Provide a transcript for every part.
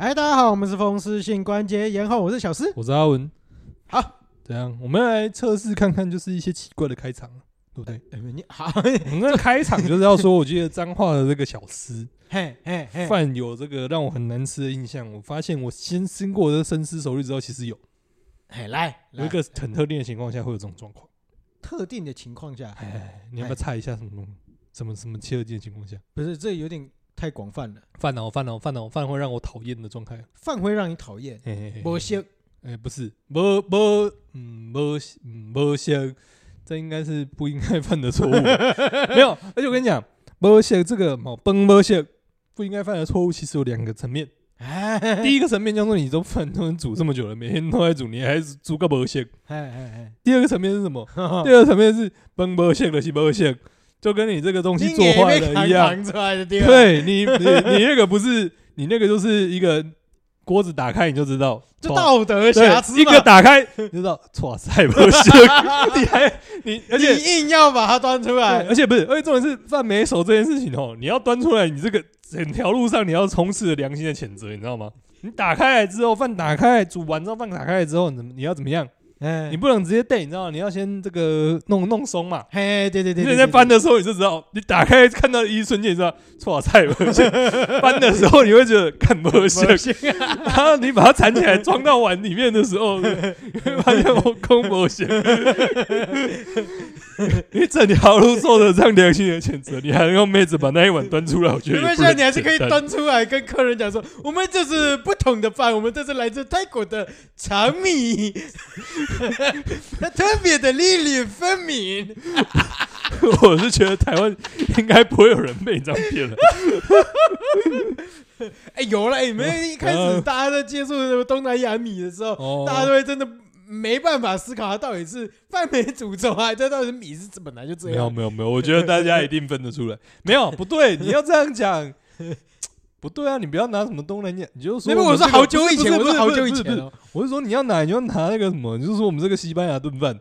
嗨，哎大家好，我们是风湿性关节炎后，我是小诗。我是阿文。好，怎样？我们来测试看看，就是一些奇怪的开场，啊对不 对？哎你好，我们的开场就是要说，我记得彰化的这个小吃嘿嘿嘿，饭有这个让我很难吃的印象。我发现我先经过我的深思熟虑之后，其实有嘿来，有一来个很特定的情况下会有这种状况。特定的情况下，哎，你要不要猜一下什么东西？什么什么切特定的情况下？哦不是这有点太广泛了，饭脑饭脑饭脑饭会让我讨厌的状态。饭会让你讨厌，嘿嘿嘿某些哎、不是，没没，嗯，没，嗯，没香，这应该是不应该犯的错误。啊没有，而且我跟你讲，没香这个哦，崩没香不应该犯的错误，其实有两个层面。哎嘿第一个层面叫做你都饭都能煮这么久了，每天都在煮，你还是煮个没香。嘿第二个层面是什 么？嘿，第二个层面是崩没香的是没香，就跟你这个东西做坏了一样。扛出来的地方，对你，你你那个不是，你那个就是一个锅子打开你就知道，就哇道德对瑕疵嘛一个打开你就知道，哇塞，不是， 你还你，而且你硬要把它端出对来，而且不是，而且重点是饭没熟这件事情哦，你要端出来，你这个整条路上你要充斥着良心的谴责，你知道吗？你打开来之后，饭打开来，煮完之后饭打开来之后，你怎么你要怎么样？哎你，不能直接带，你知道吗？你要先这个弄弄松嘛。嘿，对对对，因对为在翻，对的时候你就知道，你打开看到一瞬间你知道，哇塞，不 是翻的时候你会觉得看不对行，某些然后啊你把它缠起来装到碗里面的 时候，你会发现我空不险。 你整条路受着这样良心的谴责，你还能用妹子把那一碗端出来，我觉得因为也不现在能你还是可以简单。端出来跟客人讲说，我们这是不同的饭，我们这是来自泰国的长米， 它特别的粒粒分明。 我是觉得台湾应该不会有人被你这样骗了。哎，有了，哎，你们一开始嗯大家在接触什么东南亚米的时候，哦大家都会真的没办法思考它到底是饭没煮熟啊，这到底是米是怎么来就这没有样。没有没有，我觉得大家一定分得出来。 没有不对，你要这样讲。不对啊！你不要拿什么东南亚，你就说那不我我们这说个好久以前，不我是说好不是久以不是不前是哦，我是说你要拿，你就拿那个什么，你就说我们这个西班牙炖 饭，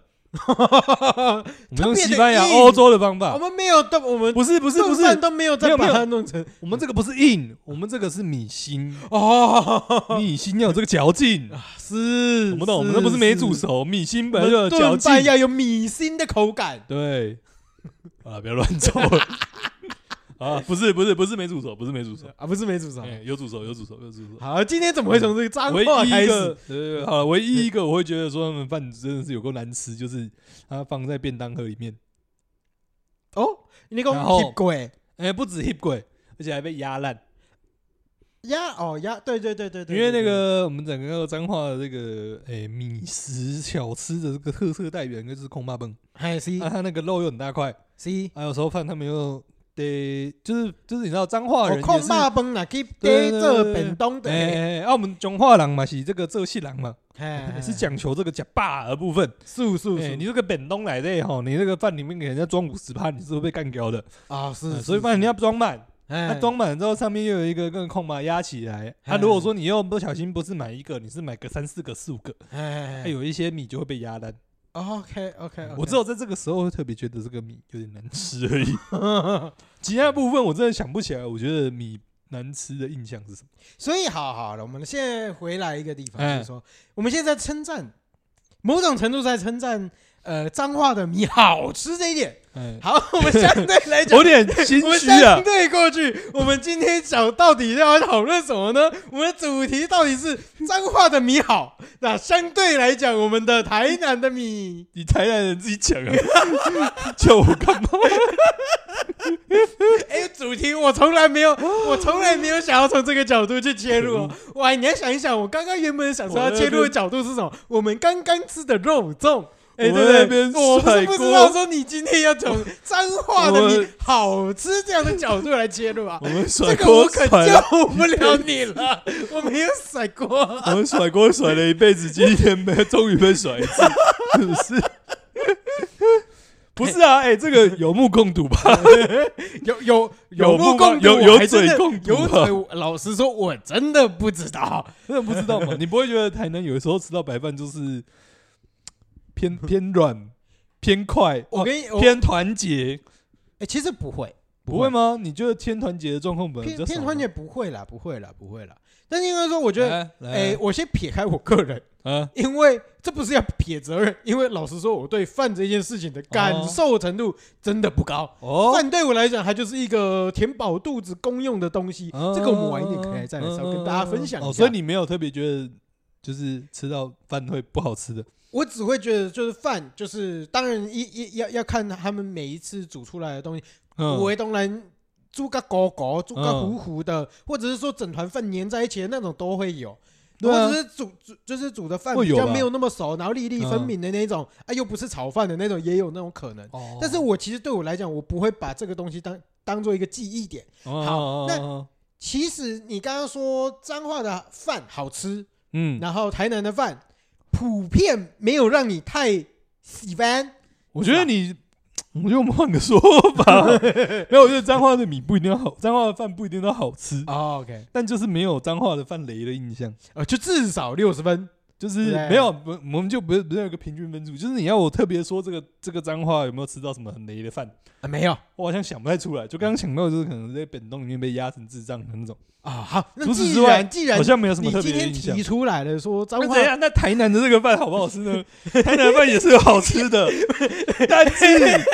我们用西班牙、特别的硬欧洲的方我法，们没有的，我们不是不是不炖是，饭都没有没再有没把有它弄成我们这个不是硬，我们这个是米心， 哦，米心要有这个嚼劲， 是，懂不懂？我们那不是没煮是，熟，米心我本来们就有嚼炖饭劲，要有米心的口感。对， 啊，不要乱走了 啊！不是不是不是没煮熟，不是没煮熟，啊，不是没煮熟。哎有煮熟有煮熟有煮熟。好，今天怎么会从这个脏唯话一开一始个，？对对对，好了，唯一一个我会觉得说他们饭真的是有够难吃，就是它放在便当盒里面，哦，你讲然后铁轨哎，不止 hip 鬼，而且还被压烂。鸭哦鸭，对对对对对，因为那对对个我们整个彰化的这个诶、米食小吃的这个特色代表应该就是空巴崩，嗨 C 啊，它那个肉又很大块，啊 C，还、有时候饭他们又得就是就是你知道彰化人我也哦控是，霸崩啦，去对对对对这本东的，哎哎、啊我们彰化人嘛是这个浙西人嘛，哎也是讲求这个假霸的部分。素素哎、素你这个本东来的吼，你这个饭里面给人家装五十趴，你是会被干掉的，啊是，哎嗯所以饭你要装满。那它装满之后，上面又有一个跟空嘛压起来。哎它、如果说你又不小心不是买一个，你是买个三四个、四五个，哎它有一些米就会被压烂。 OK OK，我只有在这个时候会特别觉得这个米有点难吃而已。其他部分我真的想不起来，我觉得米难吃的印象是什么？ 所以好好了，我们现在回来一个地方，哎就是说，我们现在在称赞，某种程度在称赞，呃，彰化的米好吃这一点。哎，好，我们相对来讲有。点心我们虚啊相。对过去，我们今天想到底要讨论什么呢？我们的主题到底是彰化的米好，那相对来讲，我们的台南的米，你台南人自己讲啊， 叫我干嘛？哎、主题我从来没有，我从来没有想要从这个角度去切入哦。哇，你要想一想，我刚刚原本想说要切入的角度是什么？我们刚刚吃的肉粽，哎、我们对那不对？边我不是甩不知锅道说你今天要从彰化的米我好吃这样的角度来切入啊。我们这甩个我锅啊可甩了，救不了你了， 我没有甩锅。我们甩锅甩了一辈子，今天被终于被甩一次，是不是？不是啊，哎，这个有目共睹吧？有有 有目目共共睹，有我有还嘴真的共睹有啊嘴。老实说，我真的不知道。真的不知道吗？你不会觉得台南有的时候吃到白饭就是偏偏软、偏快、我跟你我哦偏团结？哎，其实不会，不会吗？你觉得天团结的状况本来比偏较少偏吗团也不会啦，不会啦，不会啦。但是应该说，我觉得，来来哎，我先撇开我个人，啊，因为这不是要撇责任，因为老实说，我对饭这件事情的感受程度真的不高。哦，饭对我来讲，它就是一个填饱肚子公用的东西。这个我们晚一点可以再来稍微跟大家分享一下嗯哦，所以你没有特别觉得就是吃到饭会不好吃的我只会觉得，就是饭，就是当然一一要要看他们每一次煮出来的东西，嗯我为当然煮个狗狗、煮个嗯糊糊的，或者是说整团饭粘在一起的那种都会有。对啊或者是煮煮就是煮的饭会比有较吧嗯没有那么熟，然后粒粒分明的那种，啊，又不是炒饭的那种，也有那种可能。哦但是我其实对我来讲，我不会把这个东西当当做一个记忆点。哦好那那其实你刚刚说彰化的饭好吃，嗯，然后台南的饭普遍没有让你太喜欢。我觉得你，我觉得我们换个说 法，没有，我觉得彰化的米不一定要好，彰化的饭不一定都好吃，哦、OK，但就是没有彰化的饭雷的印象，呃，就至少六十分。就是对没有，不我们就不是不是有一个平均分数，就是你要我特别说这个这个彰化有没有吃到什么很雷的饭，啊，没有啊、我好像想不太出来，就刚刚想到就是可能在本洞里面被压成智障的那种，好，那啊除此既之外然既然好像没有什么你特今别的天印象提。出来了，说彰那化怎样？那台南的这个饭好不好吃呢？ 台南饭也是有好吃 的，但是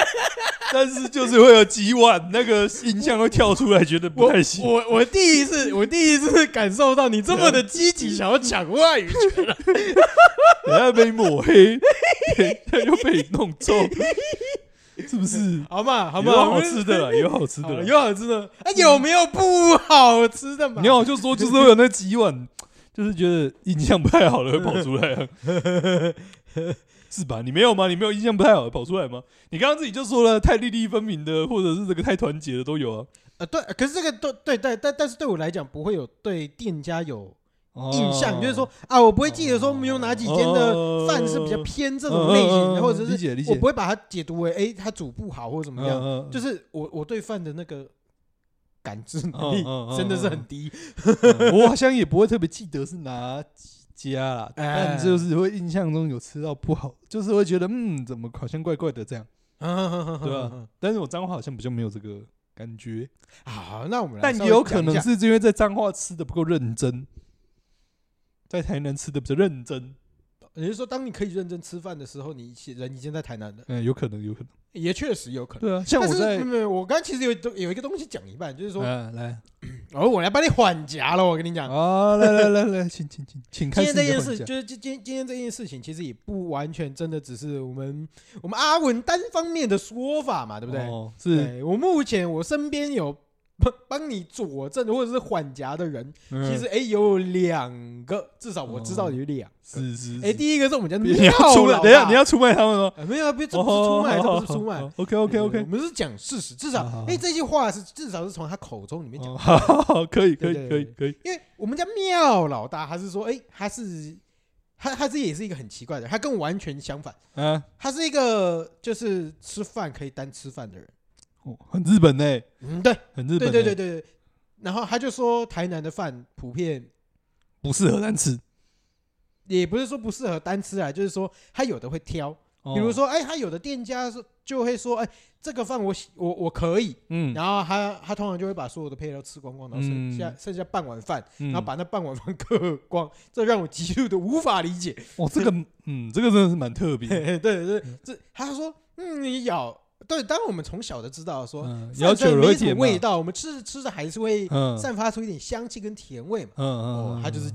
但是就是会有几碗那个印象会跳出来，觉得不我太行。我我第一次，我第一次感受到你这么的积极，想要抢话语权。等下被抹黑，等下又被弄臭，是不是？好嘛，好嘛，有我 好们吃的啦，有好吃的好了啦。有好吃的，啊，有没有不好吃 的嘛？没有，我就说就是会有那几 碗，就是觉得印象不太好的会跑出来 啊，是吧？你没有吗？你没有印象不太好的跑出来吗？你刚刚自己就说了，太粒粒分明的，或者是这个太团结的都有啊。呃，对，可是这个对对对，但但是对我来讲，不会有对店家有哦印象，就是说啊，我不会记得说没有哪几间的哦饭是比较偏这种类嗯型的，或者理是解理解我不会把它解读为哎、他煮不好或者怎么样，嗯嗯嗯就是我我对饭的那个感知能嗯力嗯嗯真的是很低。嗯我好像也不会特别记得是哪几家 啦，哎但就是会印象中有吃到不好，就是会觉得嗯，怎么好像怪怪的这样。对对啊但是我彰化好像比较没有这个感觉， 好，那我们来但稍也微有可讲一能下是因为在彰化吃的不够认真，在台南吃的比较认真，也就是说，当你可以认真吃饭的时候，你已经人已经在台南了，嗯，有可能，有可能，也确实有可能。对啊，像但我是在没有，没有我刚才其实有有一个东西讲一半，就是说，啊，来哦，我来帮你缓夹了。我跟你讲，啊，来来来来，请请请请今开天始你这的件环事，节，就是今今今天这件事情，其实也不完全真的只是我们我们阿文单方面的说法嘛，对对不对？哦，是，对我目前我身边有帮帮你佐证或者是缓夹的人，其其实哎有两个，至少我知道有两个。是是，哎，第一个是我们家你要出卖，老等一下大你要出卖他们吗？啊没有，不是这不是出卖，这不是出卖。 OK OK 我 OK，们是讲事实，至少好好好哎这句话是至少是从他口中里面讲，好好好，可以可以可以可以，因为我们家妙老大他是说哎他是他他自己也是一个很奇怪的人，他跟我完全相反。啊，他是一个就是吃饭可以单吃饭的人。哦很日本呢，嗯，对，很日对本，对对，对对。然后他就说，台南的饭普遍不适合单吃，也不是说不适合单吃啊，就是说他有的会挑，比比如，说，哎，他有的店家是就会说，哎，这个饭我喜我我可以，嗯，然后他他通常就会把所有的配料吃光光，然后剩下嗯剩下半碗饭，然然后把那半碗饭 嗑光，这让我极度的无法理解。哦，这个，嗯，这个真的是蛮特别的， 对对对，这他说，嗯，你咬，对，当然我们从小就知道说，嗯，要要求求没了什解么味，道，我们吃着吃着还是会嗯散发出一点香气跟甜味嘛。嗯哦嗯，，他就是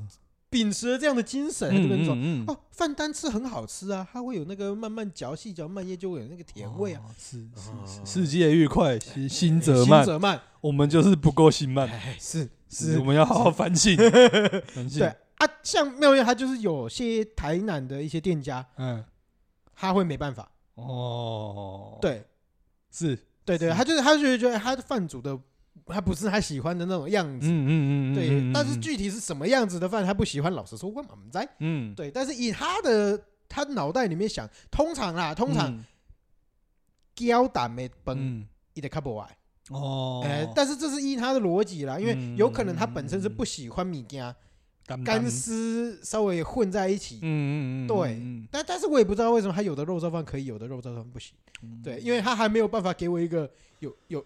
秉持了这样的精神，他就跟你说，嗯嗯，哦，饭单吃很好吃啊，它会有那个慢慢嚼细嚼慢咽就会有那个甜味啊。，是是，世界越快，心哦心则慢，慢，哎嗯则慢，我们就是不够心慢，哎，是我是，们要好好反 省，反对省，啊，像妙月，它就是有些台南的一些店家，嗯，他会没办法，哦，，对是，对对，是他就是他就是觉得他哎饭煮的，他不是他喜欢的那种样子。嗯嗯嗯，对，但是具体是什么样子的饭他不喜欢，老实说，我满在。嗯，对，但是以他的他脑袋里面想，通常啦，通常胶蛋没崩，嗯，伊的 couple 哎，哦，呃，但是这是依他的逻辑啦，因为嗯有可能他本身是不喜欢米干，干干，丝稍微混在一起，嗯嗯嗯，对嗯但但是我也不知道为什么他有的肉燥饭可以，有的肉燥饭不行，嗯对，因为他还没有办法给我一个有有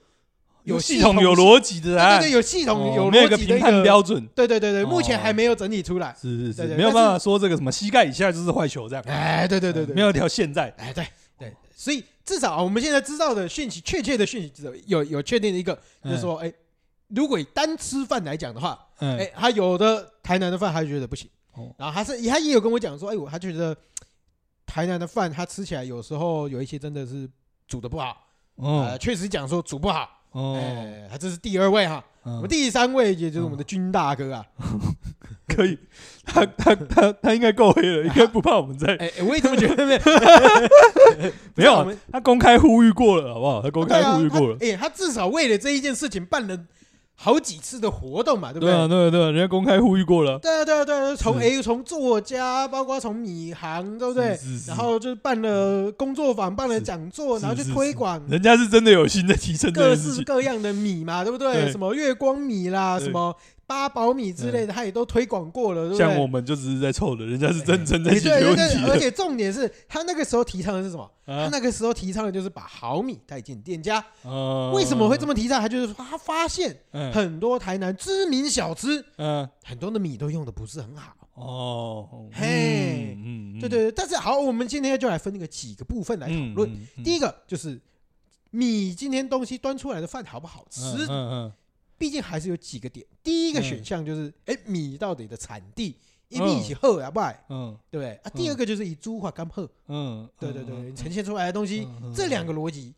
有系系统、有逻辑的对对答案，对，有系统、哦有没有一逻个辑的评一判标准，对对对对，哦目前还没有整理出来。对是是是，对没但有是办法说这个什么膝盖以下就是坏球这样，哎，对对对对，哦没有聊现在，哎，对哦对，所以至少啊我们现在知道的讯息，确切的讯息有有确定的一个，就是说，哎，如果以单吃饭来讲的话，嗯，哎，他有的台南的饭他觉得不行哦，然后他是他也有跟我讲说，哎，我他觉得台南的饭他吃起来有时候有一些真的是煮的不好，呃，哦确实讲说煮不好，哦，哎，他这是第二位哈，我嗯们第三位也就是我们的军大哥啊，可以，他他他他应该够 黑了，应该不怕我们在，哎，哎我也这么觉 得，没有嗯啊没有我啊们，他公开呼吁过了，好不好？他公对开啊，呼吁过了他，哎、他至少为了这一件事情办了好几次的活动嘛，对不对啊，对？对啊，对啊，人家公开呼吁过了，对啊，对啊，对啊，从是 A 从作家，包括从米行，对不对？是是是然后就是办了工作坊，办了讲座，是然后去推广人家是真的有心在提升这各件事式情，各样的米嘛，对不对？对什么月光米啦，对什么八宝米之类的，他也都推广过了，对不对？像我们就只是在凑的，人家是认真在哎解决问对对题对，而的且重点是他那个时候提倡的是什么？他啊那个时候提倡的就是把好米带进店家。啊为什么会这么提倡？他就是说他发现 嗯很多台南知名小吃，嗯很多的米都用的不是很好。哦，嘿嗯，嗯对对，对，但是好，我们今天就来分那个几个部分来讨论。第一一个就是米今天东西端出来的饭好不好吃嗯，嗯毕竟还是有几个点。第一个选项就是，哎，米到底的产地，一米嗯起喝啊，不然嗯对不对？啊，第二个就是以猪化干喝，嗯，对对对，呈现出来的东西嗯嗯，嗯啊这两个逻辑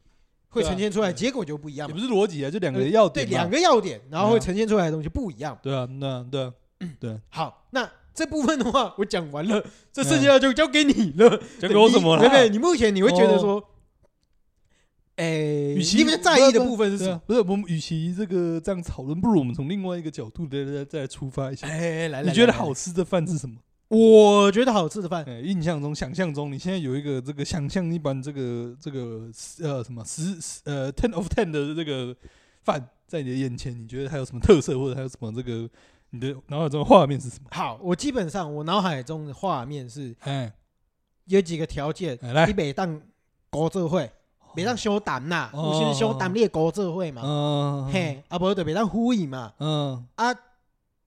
会呈现出来，结果就不一样也嘛不。是逻辑啊，就两个要对，点嘛，两个要点，然后对会啊呈现出来的东西不一样。对啊，对啊，对啊，好，那这部分的话我讲完了，这剩下的就交给你了。讲嗯给我什么对不对？了？你目前你会觉得说，诶，与其你比较在意的部分是什对么啊？，不是我们，与其这个这样讨论，不如我们从另外一个角度再再再来出发一下。哎，来，来啊你觉得？来好来吃的饭是什么？我觉得好吃的饭，哎，印象中、想象中，你现在有一个这个想象一般这个这个呃什么十十呃 ten of ten 的这个饭在你的眼前，你觉得它有什么特色，或者它有什么这个你的脑海中的画面是什么？好，我基本上我脑海中的画面是哎，有几个条件，哎来你，每当高社会，每当修胆呐，哦有些人修胆你也高社会嘛，嗯，嘿，啊不对，每当呼应嘛，嗯，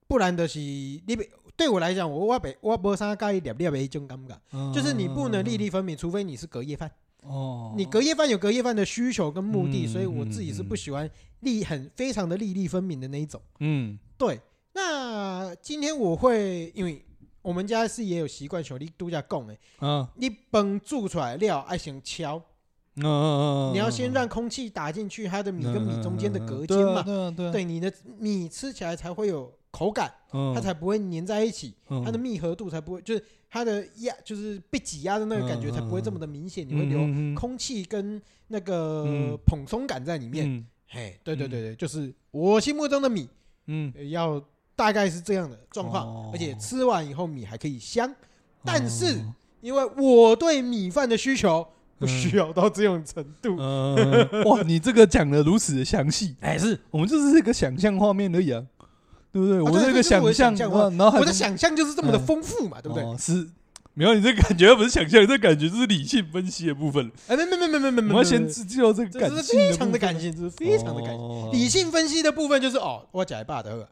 不然就是你别对我来讲，我我没我无啥介意粒粒的一种感觉，嗯，就是你不能粒粒分明，除非你是隔夜饭。哦，你隔夜饭有隔夜饭的需求跟目的，嗯所以我自己是不喜欢粒很非常的粒粒分明的那一种。嗯对，那今天我会因为我们家是也有习惯，像你度假供诶，啊你崩煮出来的料爱先敲，嗯嗯，你要先让空气打进去它的米跟米中间的隔间间嘛，对啊对啊，对，你的米吃起来才会有口感，嗯它才不会粘在一起，它的密合度才不会，就是它的压就是被挤压的那个感觉才不会这么的明显，你会留空空气跟那个嗯蓬松感在里面。，嘿，对对对对，就是我心目中的米嗯，呃要大概是这样的状况哦，而且吃完以后米还可以香。但是因为我对米饭的需求不需要到这种程度，嗯，哇，你这个讲的如此的详细，哎是我们就是一个想象画面而已啊，哦对不对？我这个象，然后 我的想象就是这么的丰富嘛，对对不对？？是。没有，你这感觉不是想象，这感觉就是理性分析的部分。哎，没没没没没没我没，们要先没只就这个这感是性非常的感性，这是非常的感性。性理性分析的部分就是哦，我假一爸的，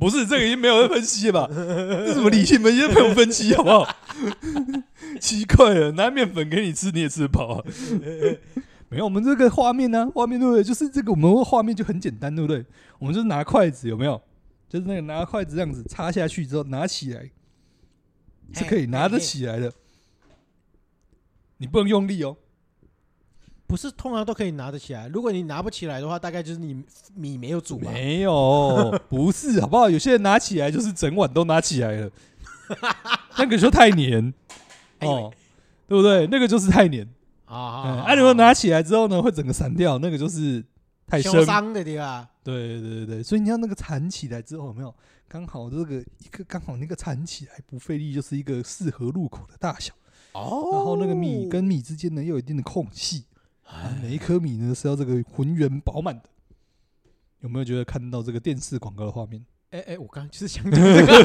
不是这个已经没有人分析了吧？ 这什么理性分析？不用分析好不好？ 奇怪了，拿面粉给你吃，你也吃得饱啊？ 没有，我们这个画面呢、画面对不对？就是这个我们画面就很简单，对不对？我们就是拿筷子，有没有？就是那个拿筷子这样子插下去之后拿起来是可以拿得起来的，你不能用力哦。不是通常都可以拿得起来。如果你拿不起来的话，大概就是你米没有煮嘛。没有， 不是，好不好？有些人拿起来就是整碗都拿起来 了，那个就太黏哦，对不对？那个就是太黏。啊哎啊！嗯啊，你们拿起来之后呢，会整个散掉，那个就是太生。受伤的对吧？对对对对，所以你要那个缠起来之后，有没有刚好这个一个刚好那个缠起来不费力，就是一个适合入口的大小。哦然后那个米跟米之间呢，又有一定的空隙。哎啊每一颗米呢是要这个浑圆饱满的。有没有觉得看到这个电视广告的画面？哎哎，我刚刚就是想讲这个，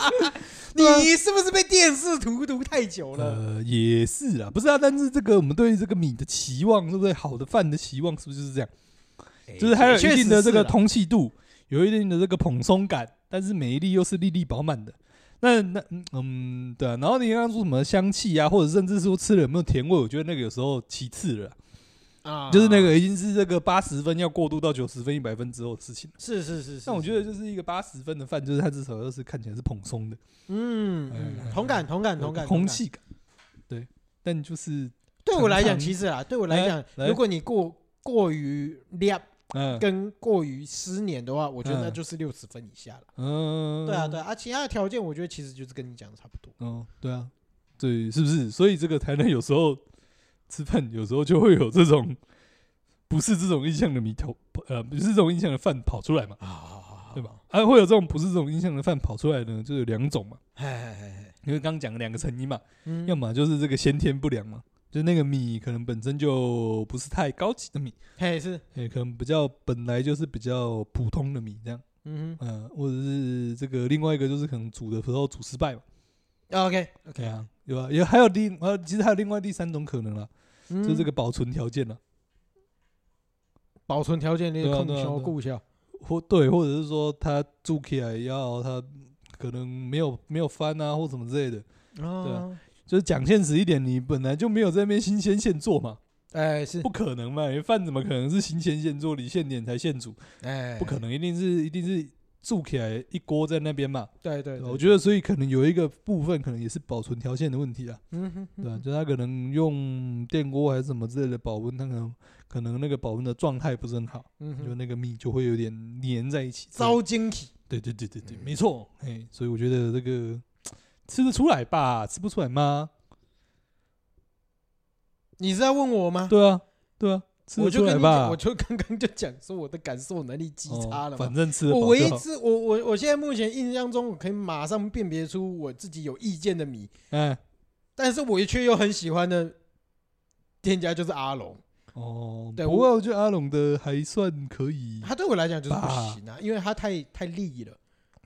你是不是被电视荼毒太久了？呃，也是啊，不是啊，但是这个我们对这个米的期望，对不对？好的饭的期望是不是就是这样？ 就是还有一确定实的这是啊个啦通气度，有一定的这个蓬松感，但是每一粒又是粒粒饱满的。那那嗯嗯对啊，然后你刚刚说什么香气啊，或者甚至说吃了有没有甜味，我觉得那个有时候其次了啦，啊，就是那个已经是这个八十分要过渡到九十分、一百分之后的事情。是是是是，但我是觉得就是一个八十分的饭，就是它至少要是看起来是蓬松的，嗯，嗯同感同感哎有同感，同空感气感。对，但就是对我来讲，常其实啊，对我来来讲，来如果你过过于亮嗯跟过于失黏的话，我觉得那嗯就是六十分以下了。嗯，对啊，对啊，啊其他的条件我觉得其实就是跟你讲的差不多。哦，对啊，对，是不是？所以这个台南有时候吃饭，有时候就会有这种不是这种印象的米头，呃，不是这种印象的饭跑出来嘛，啊对吧？？啊，会有这种不是这种印象的饭跑出来呢，就有两种嘛，嘿嘿嘿嘿，因为刚讲了两个成因嘛，嗯要么就是这个先天不良嘛，就是那个米可能本身就不是太高级的米，嘿是，也可能比较本来就是比较普通的米这样，嗯嗯、或者是这个另外一个就是可能煮的时候煮失败嘛。哼，OK 对 OK，啊，有啊，也还有另呃，其实还有另外第三种可能啦，嗯就是这个保存条件啦，保存条件的对啊空对啊销对啊顾销，或对，或者是说他住起来要他可能没有没有翻啊，或什么之类的。啊，就是讲现实一点，你本来就没有在那边新鲜现做嘛，哎是不，可能嘛，你饭怎么可能是新鲜现做？你现点才现煮，哎不可，能，一定是一定是住起来一锅在那边嘛。对对对对，吧我觉得，所以可能有一个部分可能也是保存条件的问题啦。嗯哼，对啊，就他可能用电锅还是什么之类的保温，他可能可能那个保温的状态不是很好，嗯就哼，那个米就会有点粘在一起。糟嗯精体，对对对对对，没错。哎，所以我觉得这个吃得出来吧，吃不出来吗？你是在问我吗？对啊，对啊，吃我得就出跟来你讲，吧我。就刚刚就讲说我的感受能力极差了哦嘛反。正吃得我饱唯一就好。知我我我现在目前印象中，我可以马上辨别出我自己有意见的米，哎，但是我却又很喜欢的店家就是阿龙，哦，对不过我觉得阿龙的还算可以。他对我来讲就是不行啊，因为他太太利了，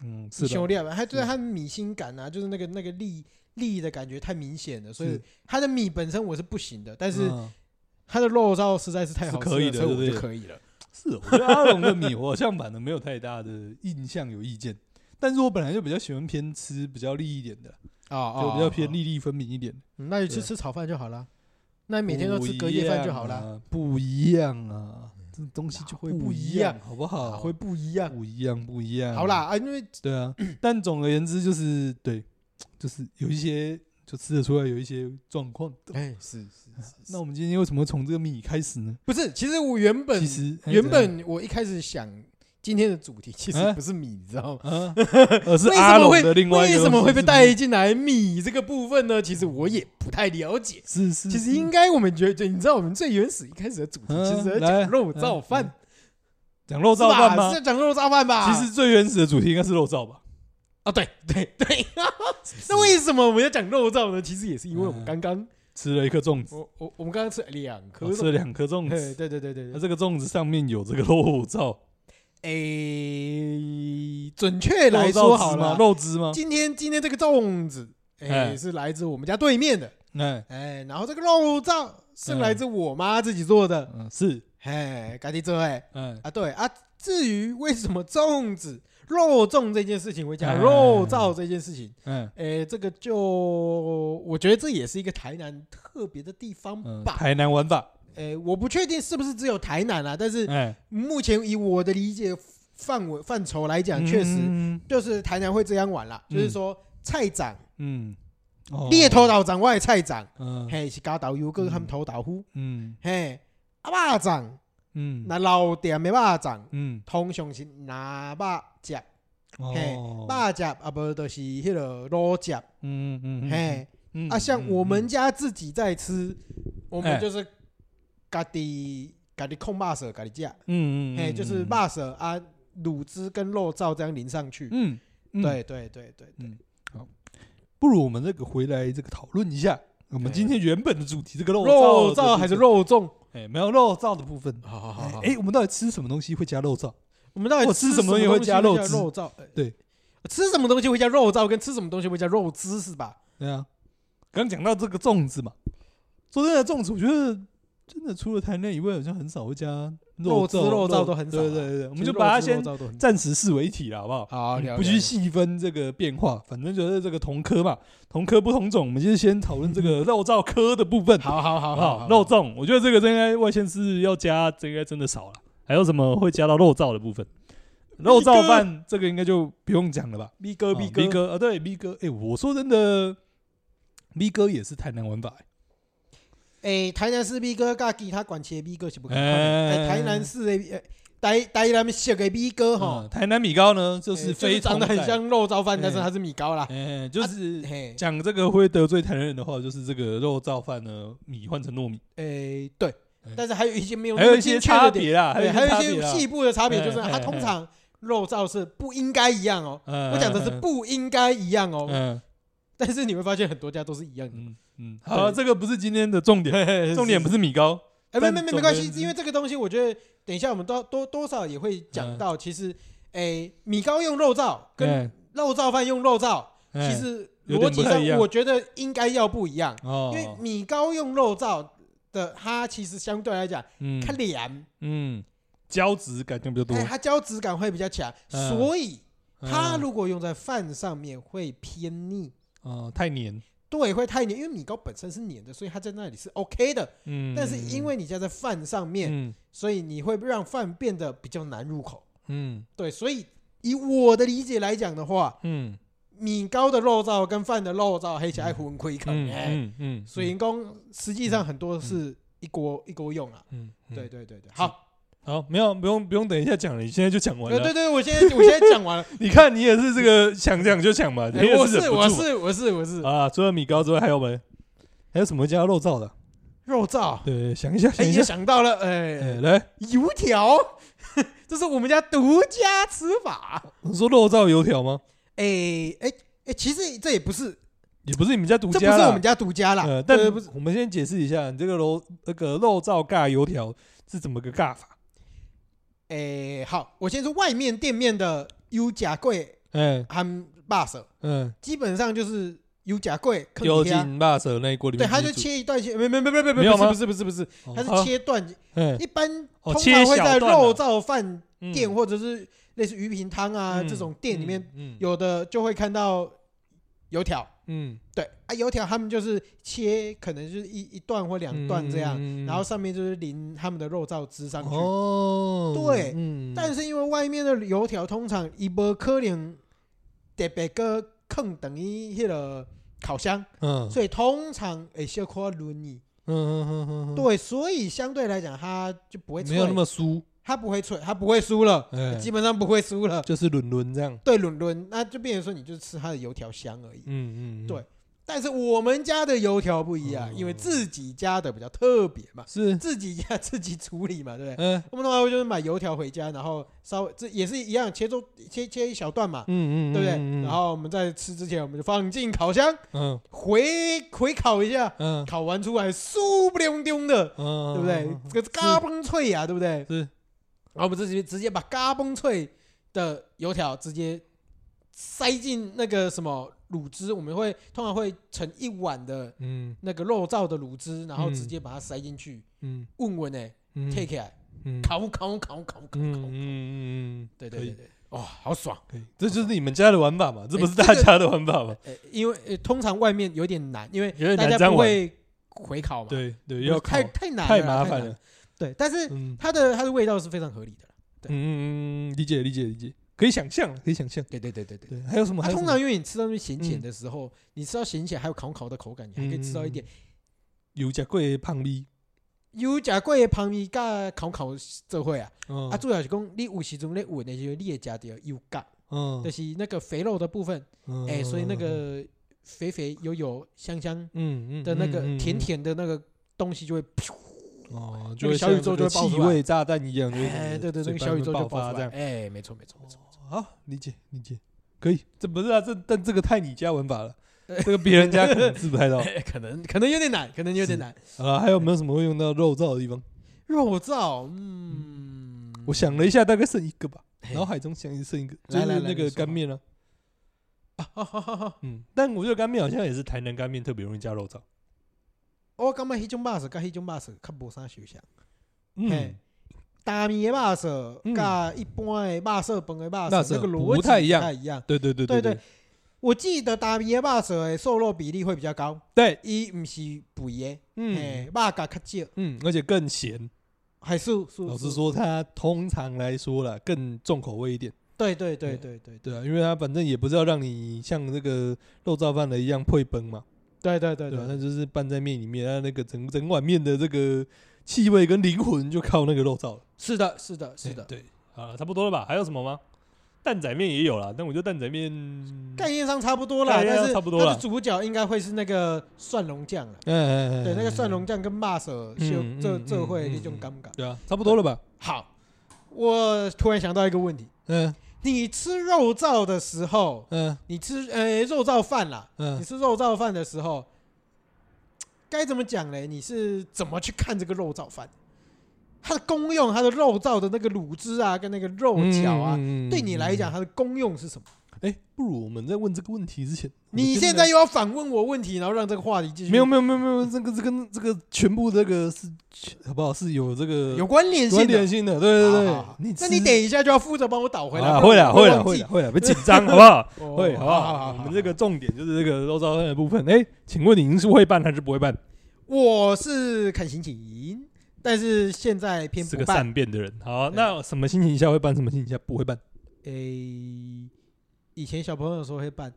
嗯，是修的，炼吧，他对是他米心感啊，就是那个那个利利的感觉太明显了，所以是他的米本身我是不行的，但是嗯他的肉燥实在是太好吃是可以了，的所以我对就不对可以了。是，我对阿龙的米，我好像反而没有太大的印象有意见。但是我本来就比较喜欢偏吃比较粒一点的，啊啊，就比较偏利，粒粒分明一点。嗯那你去对吃炒饭就好了，那你每天都吃隔夜饭就好了，嗯不一样啊，这东西就会不一一样，好不啊好？会不一样。不一样，不一样。好啦，，啊，因为对啊。但总而言之，就是对，就是有一些就吃得出来有一些状况。哎，是是是那我们今天为什么从这个米开始呢？不是，其实我原本其实哎嗯原怎样本我一开始想今天的主题其实啊不是米，你知道吗？啊， 而是为阿什么龙会的另外一为个什么东西会被是带进来米这个部分呢？其实我也不太了解。是是，其实是应该我们觉得，你知道我们最原始一开始的主题嗯其实在来讲肉燥饭嗯，讲肉肉燥饭吗是？在讲肉燥饭吧？其实最原始的主题应该是肉燥吧？啊，对对对， 那为什么我们要讲肉燥呢？其实也是因为我们嗯哦刚刚吃了一颗粽子，我我我们刚刚吃了两颗我吃了两颗粽嘿子，对对对对那对，这个粽子上面有这个肉燥，诶，准确肉来燥说汁好吗？了，肉汁吗？今天今天这个粽子，哎、哎是来自我们家对面的，哎，哎，然后这个肉燥是来自我妈自己做的，嗯，是，哎，赶紧做哎哎，啊，对啊。至于为什么粽子肉粽这件事情会讲哎肉燥这件事情，嗯，哎，这个就我觉得这也是一个台南特别的地方嗯，吧。台南玩法，哎，我不确定是不是只有台南啊，但是哎，目前以我的理解范围范畴来讲，确实嗯，就是台南会这样玩啦，就是嗯说菜长嗯，哦你的土，豆长，我的菜长，嗯嘿是加豆油，跟他们土豆腐，嗯嘿啊肉长，嗯，那老店的肉长，嗯，通常是拿肉夹，嘿哦，肉夹啊不就是迄个卤夹，嗯嗯，嘿嗯，啊像我们嗯，家自己在吃，我们哎就是家己家己控肉舌，家己夹，嗯嗯，嘿就是爸，肉舌啊卤汁跟肉燥这样淋上去，嗯，嗯，对对对对对，不如我们这个回来这个讨论一下。我们今天原本的主题，这个肉肉燥的燥部还是分？肉粽？哎，没有肉燥的部分。好好哎、我们到底吃什么东西会加肉燥？我们到底我吃什吃什么么也会加肉东西汁肉燥，呃对，吃什么东西会加肉燥，跟吃什么东西会加肉汁是吧？对啊，刚讲到这个粽子嘛，说真的，粽子我觉得真的除了台南以外，好像很少会加肉肉汁肉肉燥都很少啊对对对对，我我们就把它先好了暂时视为一体了，好不好？好不去细分这个变化，反正就是这个同科嘛，同科不同种，我们就先讨论这 个肉燥科的部分，好好好好不好好？肉粽，我觉得这个真应该外县市要加，这个应该真的少了。还有什么会加到肉燥的部分？肉燥饭这个应该就不用讲了吧？咪呃哥咪哥，B 哥啊，对 B 哥，哎、我说真的，B 哥也是台南玩法、欸，诶，台南市咪哥甲其他管区的咪哥是不共款哎的。诶，台南市的诶台台南市的咪哥吼嗯，台南米糕呢，就是诶非长常得很，像肉燥饭，但是哎它是米糕啦。哎、就是嘿，讲这个会得罪台南人的话，就是这个肉燥饭呢，米换成糯米，诶，对哎，但是还有一些没有还那有么一些精确差的点，别啦，对，还还有一有些差别细啦。部的差别，就是哎哎它哎通常肉燥是不应该一样哦。嗯我讲的是，不应该一样哦，嗯但是你会发现很多家都是一样的。 嗯嗯，对好，这个不是今天的重 点，重点不是米糕，哎，没但没没总没关而系言，之因为这个东西，我觉得等一下我们多多多少也会讲到。其实，哎，米糕用肉燥跟哎肉燥饭用肉燥，哎其实有逻点不辑太一上样我觉得应该要不一样，哦因，为米糕用肉燥的，它其实相对来讲嗯它凉，嗯，胶质感觉比较多哎，，它胶质感会比较强，嗯所以它嗯如果用在饭上面会偏腻。哦太黏，对，会太黏，因为米糕本身是黏的，所以它在那里是 OK 的。嗯，但是因为你加在饭上面，嗯所以你会让饭变得比较难入口。嗯对，所以以我的理解来讲的话，嗯米糕的肉燥跟饭的肉燥黑起来混亏坑，嗯哎，嗯嗯，所以公实际上很多是一锅一锅用啊。嗯对对对对，好，好没有不用不用等一下讲了，你现在就讲完对了，对对，我现在我现在讲 完了，你看你也是这个想讲就讲嘛，你哎也我忍是不我住是我是我是啊。除了米糕之外，还有没？还有什么加肉燥的？肉燥，对，想一下，哎，想一也下。想到了，哎，哎，来，油条， 这是我们家独家吃法。你说肉燥油条吗？哎哎哎，其实这也不是，也不是你们家独这家不是我们啦，家独家啦，呃，对但不是我们先解释一下，你这个肉那个肉燥尬油条是怎么个尬法？诶、哎好，我先说外面店面的油夹柜嗯和把手，嗯，基本上就是油夹柜坑丢底下，进辣手那一锅里对，面它煮就一煮，切一段切，没没没没没没有吗不是不是不是不是，哦它好是切断，嗯一般哦通切常会小在段啊肉燥饭嗯店或者是类似鱼平汤啊、嗯这种店里面，嗯有的就会看到油条，嗯对啊，油条他们就是切，可能就是一一段或两段这样，嗯嗯嗯嗯然后上面就是淋他们的肉燥汁上去，哦，对嗯但是因为外面的油条通常伊无可能特别个坑等于迄个烤箱，嗯所以通常会小可润你。嗯嗯嗯嗯，对，所以相对来讲，它就不会嗯，脆，没有那么酥，它不会脆，它不会酥了，哎，基本上不会酥了。就是轮轮这样，对，伦伦，那就变成说你就吃它的油条香而已。嗯嗯，嗯对但是我们家的油条不一样，嗯因为自己家的比较特别嘛，是，自己家 自己处理嘛，对不对？嗯我们通常会就是买油条回家，然后稍微这也是一样，切中切切一小段嘛，嗯嗯，对不对？嗯然，后我们在吃之前，我们就放进烤箱嗯回回烤一下，嗯烤完出来酥不溜丢的，嗯，对不对？这个嘎嘣脆呀、对不对？是，然后我们直接直接把嘎嘣脆的油条直接塞进那个什么卤汁，我们会通常会盛一碗的嗯那个肉燥的卤汁，然后嗯直接把它塞进去，嗯问问呢嗯，take 起来，嗯烤烤烤烤烤嗯嗯烤，嗯嗯，对对对对，哇，好爽！可以，这就是你们家的玩法嘛，这不是哎这大个家的玩 法嘛？呃，因为、呃、通常外面有点难，因为有点大难家粘不完会回烤嘛，对对，不要是太烤太难太了啦麻太烦难了，对，但是嗯它的它的味道是非常合理的啦。嗯嗯嗯，理解理解理解，可以想象，可以想象。对对对对对。对，还有什么？它还有啊什通么常因为你吃到那嗯咸咸的时候，你吃到咸咸还有烤烤的口感，你还可以吃到一点有加贵胖咪油炸过的旁边甲烤烤做伙啊。嗯啊，主要是讲你有时阵咧闻的时候，你会加到油感，嗯就，是那个肥肉的部分，嗯哎，所以那个肥肥油油香香嗯嗯的那个嗯嗯嗯甜甜的那个东西就会哦，那就个小宇宙就会爆气出来味炸弹一样，就是哎，对对嘴对，巴小里宇面宙就爆爆发出这来样。哎，没错没错没错。好，理解理解，可以。这不是啊，这但这个太你家玩法了哎，这个别人家可 能吃不太到。可能可能有点难，可能有点难。好了，还有没有什么会用到肉燥的地嗯方？肉燥，嗯，我想了一下，大概剩一个吧，嘿，脑海中想一剩一个，就来是来来那个你说吧干面啊。好好好 好，嗯，但我觉得干面好像也是台南干面特别容易加肉燥。哦我感觉迄种肉丝甲迄种肉丝较无啥相像。嗯嘿，大米的肉色嗯跟一般的肉色饭的肉肉色色那个逻辑不太一样不太一样。对对对对对对我记得大米的肉色的瘦肉比例会比较高，对，伊毋是肥的，嘿，嗯肉甲较少，嗯，而且更咸。还是是老实是说，它通常来说啦，更重口味一点，对对对对对对啊，因为它反正也不是要让你像那个肉燥饭的一样配崩嘛，对对对对吧？啊对，它就是拌在面里面，它那个整整碗面的这个气味跟灵魂就靠那个肉燥了。是的，是的，是的。对，啊，差不多了吧？还有什么吗？蛋仔面也有啦，但我觉得蛋仔面，概念上差不多啦，概念上但是差不多它啦的主角应该会是那个蒜蓉酱了。嗯，对，那个蒜蓉，酱跟肉色就嗯嗯这嗯这会嗯一种嗯感觉。对啊，差不多了吧？好，我突然想到一个问题：嗯你吃肉燥的时候，嗯你吃呃肉燥饭啦，你嗯，吃肉燥饭的时候，该怎么讲嘞？你是怎么去看这个肉燥饭？它的功用，它的肉燥的那个卤汁啊，跟那个肉条嗯啊，对你来讲，它的功用是什么？哎，不如我们在问这个问题之前，你现在又要反问我问题，然后让这个话题继续没有没有没有没有，这个这个这个全部这个是好不好？是有这个有关联性关的联。性的，对对好对好好。你那吃你等一下就要负责帮我导回来啊，不会然了我会了忘会记了会了，别紧张 好不好？哦会好不好好好？好我们这个重点就是这个肉燥饭的部分。哎，请问您是会办还是不会办？我是看心情，但是现在偏是不个办。善变的人。好，对那什么心情下会办，什么心情下不会办？诶、以前小朋友的时候会办，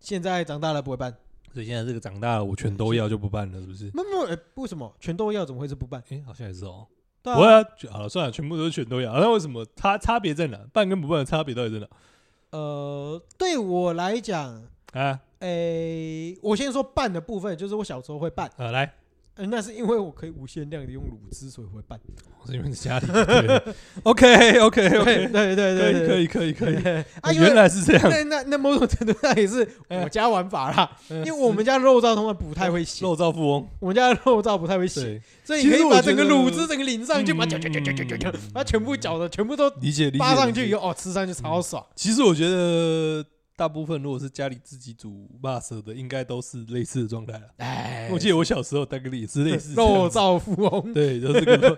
现在长大了不会办。所以现在这个长大了，我全都要就不办了，是不是？那么、诶为什么全都要？怎么会是不办？哎，好像也是哦。对不啊会啊，就好了，算了，全部都是全都要。那为什么差差别在哪？办跟不办的差别到底在哪？呃，对我来讲，啊诶、我先说办的部分，就是我小时候会办，啊，来，呃、那是因为我可以无限量的用卤汁，所以会办。我是因为你家里。OK OK 对 OK，对对可对以可对以可以可对以。对啊，哦因为原来是这样，那那那某种程度上也是我家玩法 啦，因为我们家肉燥通常不太会洗，肉燥富翁。我们家的肉燥不太会洗，对，所以你可以把整个其实我卤觉得汁整个淋上去，嗯把它搅搅搅搅搅搅，把它全部搅的全部都理解理解。扒上理去解以后，哦，吃上去超爽。其实我觉得大部分如果是家里自己煮辣色的，应该都是类似的状态了。哎，我记得我小时候大概也是类似这样肉子。燥富翁，对，就是这个肉，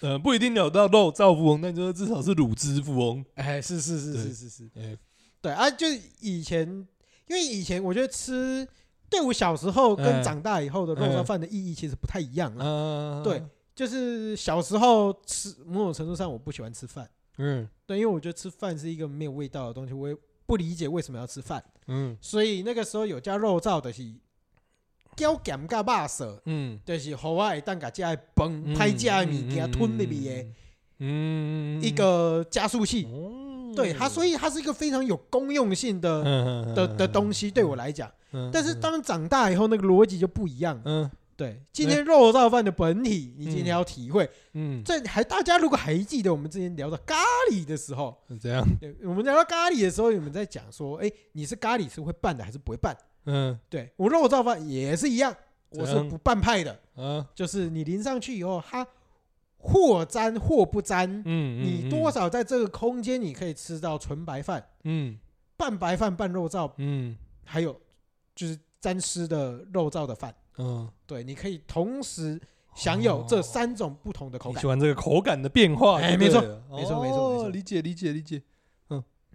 呃，不一定聊到肉燥富翁，但就是至少是卤汁富翁。 哎，是是是对是是是，哎，对啊，就以前，因为以前我觉得吃对我小时候跟嗯长大以后的肉嗯燥饭的意义其实不太一样了。啊对，就是小时候吃，某种程度上我不喜欢吃饭，嗯对，因为我觉得吃饭是一个没有味道的东西，我也不理解为什么要吃饭，嗯所以那个时候有加肉燥的是。交咸加肉色，嗯，就是互我会当甲遮的饭、歹食的物件吞入去的嗯嗯，嗯一，个加速器。哦对它，所以它是一个非常有功用性的的的东西。西，对我来讲。嗯但是，当长大以后，那个逻辑就不一样。嗯对，今天肉燥饭的本体，你今天要体会。嗯，这还大家如果还记得我们之前聊到咖喱的时候，嗯怎样？对我们聊到咖喱的时候，你们在讲说，哎，你是咖喱是会拌的还是不会拌？嗯对我肉燥饭也是一样，我是怎样不拌派的。啊，就是你淋上去以后，它或沾或不沾，嗯，你多，少在这个空间你可以吃到纯白饭、嗯半白饭、半肉燥，嗯还有就是沾湿的肉燥的饭。嗯，对，你可以同时享有这三种不同的口哦你感喜。欢这个口感的变化，哎就对没错了没错没错哦没错理解理解理解，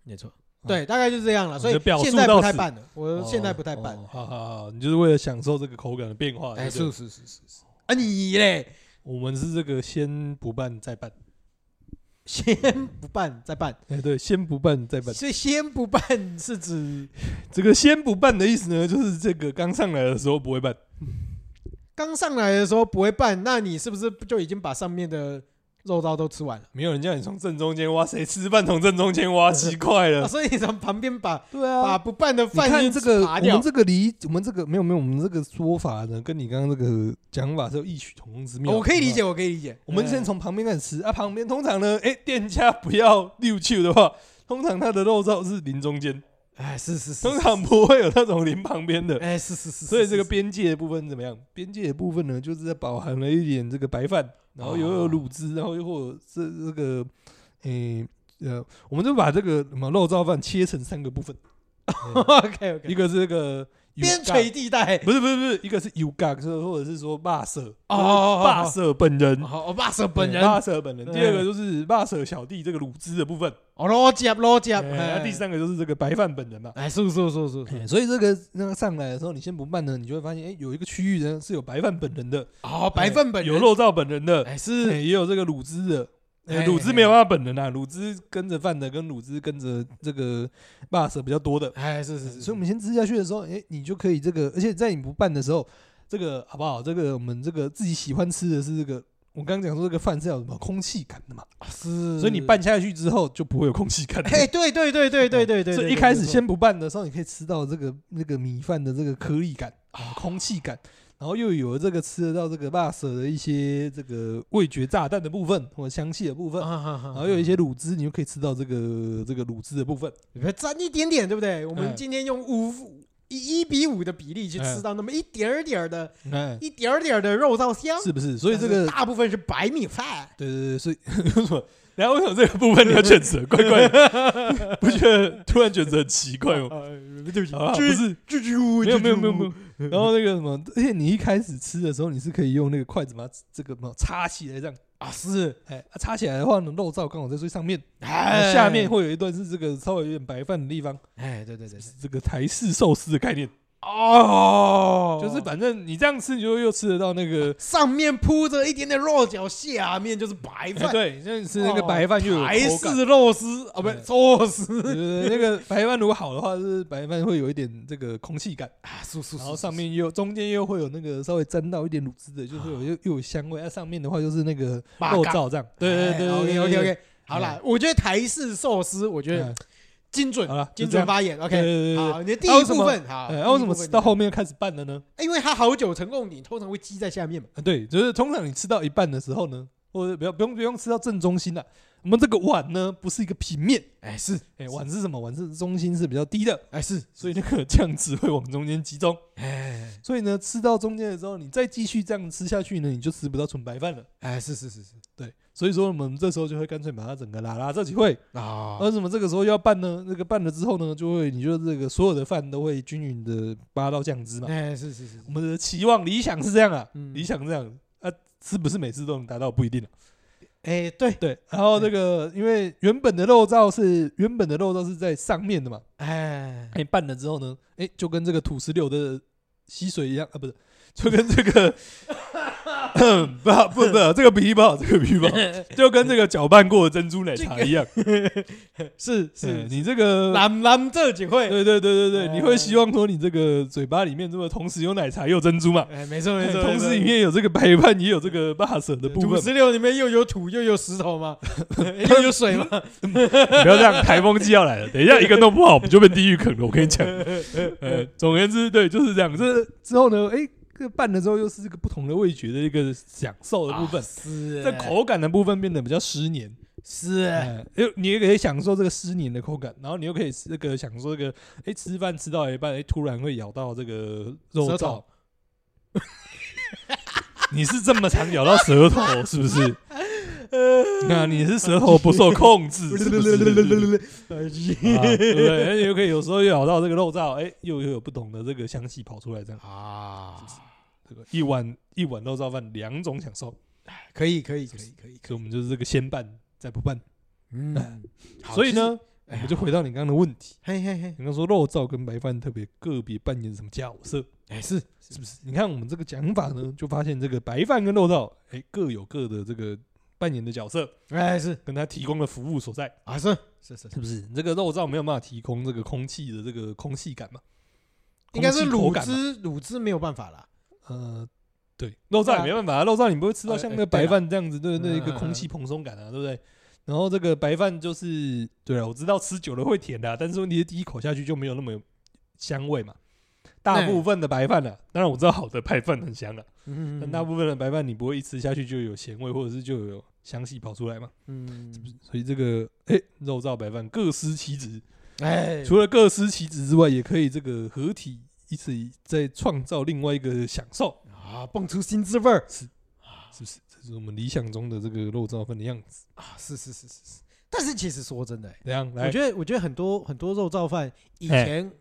没错，对，大概就是这样了。你所以的表述现在不到太死办了，我现在不太办哦。哦好好好，你就是为了享受这个口感的变化，哎，对不是是对是是是。啊，你嘞，我们是这个先不办再办，先不办再办，哎，对，先不办再办。所以先不办是指这个先不办的意思呢，就是这个刚上来的时候不会办，刚上来的时候不会拌，那你是不是就已经把上面的肉燥都吃完了？没有人叫你从正中间挖，谁吃饭从正中间挖？奇怪啊、了，所以你从旁边把对把。不拌的你饭看先这个，扒我掉们，这个离我们这个没有没有，我们这个说法呢，跟你刚刚这个讲法是有异曲同工之妙。哦我可以理好不好解，我可以理解。我们先嗯从旁边开始吃啊，旁边通常呢，哎、店家不要六七的话，通常它的肉燥是淋中间，哎，是是是通，常不会有那种淋旁边的，哎，是是是， 所以这个是边界的部分怎么 样？边界的部分呢，就是饱含了一点这个白饭，然后又有卤汁，然后又或者是这个，诶、呃，我们就把这个什么肉燥饭切成三个部分，是 OK 一 OK，个是这个油边角陲地带。不是不是不是，一个是 U 嘎色，或者是说霸色哦哦哦霸色本人，哦，巴舍本人，霸色啊本人。哎对第二个就是霸色小弟这个鲁兹的部分，哦，罗杰，罗杰，哎那第，三个就是这个白饭本人嘛。哎，是是是是，哎所以这个那个上来的时候，你先不办呢，你就会发现，哎，有一个区域呢是有白饭本人的，哦，白份本有，肉燥本人的，哎哎是，也有这个鲁兹的。哎哎鲁兹没有办法本人啊，鲁兹跟着范的跟鲁兹跟着这个霸色比较多的，哎是是是，所以我们先吃下去的时候，哎、你就可以这个，而且在你不拌的时候，这个好不好？这个我们这个自己喜欢吃的是这个，我刚刚讲说这个饭是要有什么空气感的嘛，是，所以你拌下去之后就不会有空气感了。哎，对对对对对对对，所以一开始先不拌的时候，你可以吃到这个那个米饭的这个颗粒感啊，空气感，然后又有了这个吃得到这个辣舌的一些这个味觉炸弹的部分或者香气的部分，然然后又有一些卤汁，你就可以吃到这个这个卤汁的部分。沾一点点，对不嗯对？我们今天用五一一比五的比例去吃到那么一点儿点儿的、哎，一点儿点儿的肉燥香，是不是？所以这个大部分是白米饭。对对对，所以 为什么？然后为什么这个部分你要卷舌？ 怪怪的， 不觉得突然卷舌很奇怪哦吗？呃对不起，啊，不是，蜘蛛没有没有没有没有。然后那个什么， 而且你一开始吃的时候，你是可以用那个筷子把它这个什么插起来这样。啊，是哎，啊插起来的话呢，肉燥刚好在最上面，哎下面会有一段是这个稍微有点白饭的地方，哎，对对对对，这个台式寿司的概念，哦，就是反正你这样吃，你就又吃得到那个，上面铺着一点点肉饺，下面就是白哎饭， 对，像你吃那个白饭又有台口 感，哎式肉丝啊，不是对寿司对哎对对，那个白饭如果好的话，是白饭会有一点这个空气 感。啊，素素，然后上面又中间又会有那个稍微沾到一点卤汁的，就是有又又有香味。那、啊上面的话就是那个八肉嘎燥这样。对对对，OK 对 OK 对 OK，好哎啦，我觉得台式寿司，我觉对得嗯精准好了，精就这准样。发言对，OK。对对对好，你的第呃那一为什部么分好，哎，第那为一什部么分吃到后面开始拌了呢？哎因为它好久成贡，你通常会积在下面嘛。啊对，就是通常你吃到一半的时候呢，或者不要不用不用吃到正中心了。我们这个碗呢，不是一个平面，哎，是，哎，碗是什么？碗是中心是比较低的，哎是，所以那个酱汁会往中间集中。哎所以呢，吃到中间的时候，你再继续这样吃下去呢，你就吃不到纯白饭了。哎是是是是对，所以说我们这时候就会干脆把它整个拉拉这几会，啊为什么这个时候要拌呢？那个拌了之后呢，就会你就这个所有的饭都会均匀的扒到酱汁嘛。哎是是是，我们的期望理想是这样啊，嗯理想是这样啊，是不是每次都能达到不一定啊。哎对，对，然后这个因为原本的肉燥是原本的肉燥是在上面的嘛，哎哎、拌了之后呢，哎、就跟这个土石榴的溪水一样啊，不 是，就跟这 个不好不不，这个比喻不好，这个比喻不 好，就跟这个搅拌过的珍珠奶茶一样，是是是，你这个蓝蓝这几会，对对对对对，你会哎希望说你这个嘴巴里面这么同时有奶茶又珍珠嘛？哎没错没错，同没错时里面有这个白饭，也有这个霸舍的部土分。 石榴里面又有土又有石头嘛，哎又有水 嘛，不要这样，台风季要来了，等一下一个弄不好，我们就变地狱梗了。我跟你讲，呃，总而言之，对，就是这样。这之后呢，哎，这拌了之后又是这个不同的味觉的一个享受的部分啊，是这口感的部分变得比较湿黏。是哎，又你也可以享受这个湿黏的口感，然后你又可以吃这个享受这个，哎、吃饭吃到一半，哎、突然会咬到这个肉舌燥头。 你是这么常咬到舌头，是 不是？那你是舌头不受控 制，是不是？啊对不对？哎而且又可以有时候又咬到这个肉燥，哎、又又有不同的这个香气跑出来，这样 啊，这个一碗一碗肉燥饭两种享受，可以可以可以可以，所以我们就是这个先拌再不拌。 嗯，所以，呢，我哎呀们就回到你刚刚的问题，嘿嘿嘿，你刚说肉燥跟白饭特别个别扮演什么角色？哎是是不是？你看我们这个讲法呢，就发现这个白饭跟肉燥，哎，各有各的这个扮演的角色，哎是跟他提供的服务所在，啊是是是，是不是？这个肉燥没有办法提供这个空气的这个空气感嘛？应该是空气口卤感嘛，汁卤汁没有办法啦，呃，对，肉燥也没办法、啊，肉燥你不会吃到像那个哎哎对白啦饭这样子，对对，嗯一个空气蓬松感啊，对不对？然后这个白饭就是，对啊，我知道吃久了会甜的啊、但是问题是第一口下去就没有那么有香味嘛。大哎部分的白饭啊，当然我知道好的白饭很香啊，嗯但大部分的白饭你不会一吃下去就有咸味，或者是就有香气跑出来嘛。嗯，所以这个哎、肉燥白饭各司其职，哎，除了各司其职之外，也可以这个合体一起再创造另外一个享受，啊蹦出新滋味儿是不是？这是我们理想中的这个肉燥饭的样子。啊，是是是是是，但是其实说真的，哎怎样？来，我觉得我觉得很多很多肉燥饭以哎前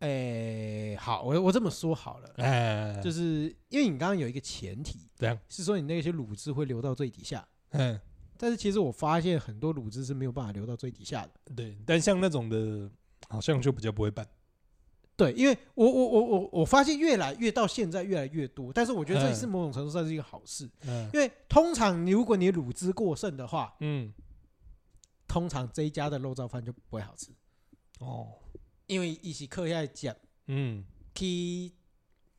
哎，好，我我这么说好了，哎，就是是因为你刚刚有一个前提，怎样？是说你那些卤汁会流到最底下，嗯，但是其实我发现很多卤汁是没有办法流到最底下的。对。但像那种的，好像就比较不会办。对，因为我我我我我发现越来越到现在越来越多，但是我觉得这嗯是某种程度上是一个好事，嗯因为通常你如果你卤汁过剩的话，嗯，通常这一家的肉燥饭就不会好吃，哦，因为一起客下来讲，嗯，去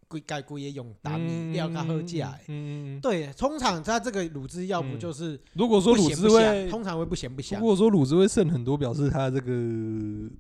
规改规也用打米料它喝起来。嗯嗯嗯嗯。对，通常它这个卤汁要不就是如果不说卤咸汁不香，会，通常会不咸不如香。果说卤汁会剩很多，表示它这个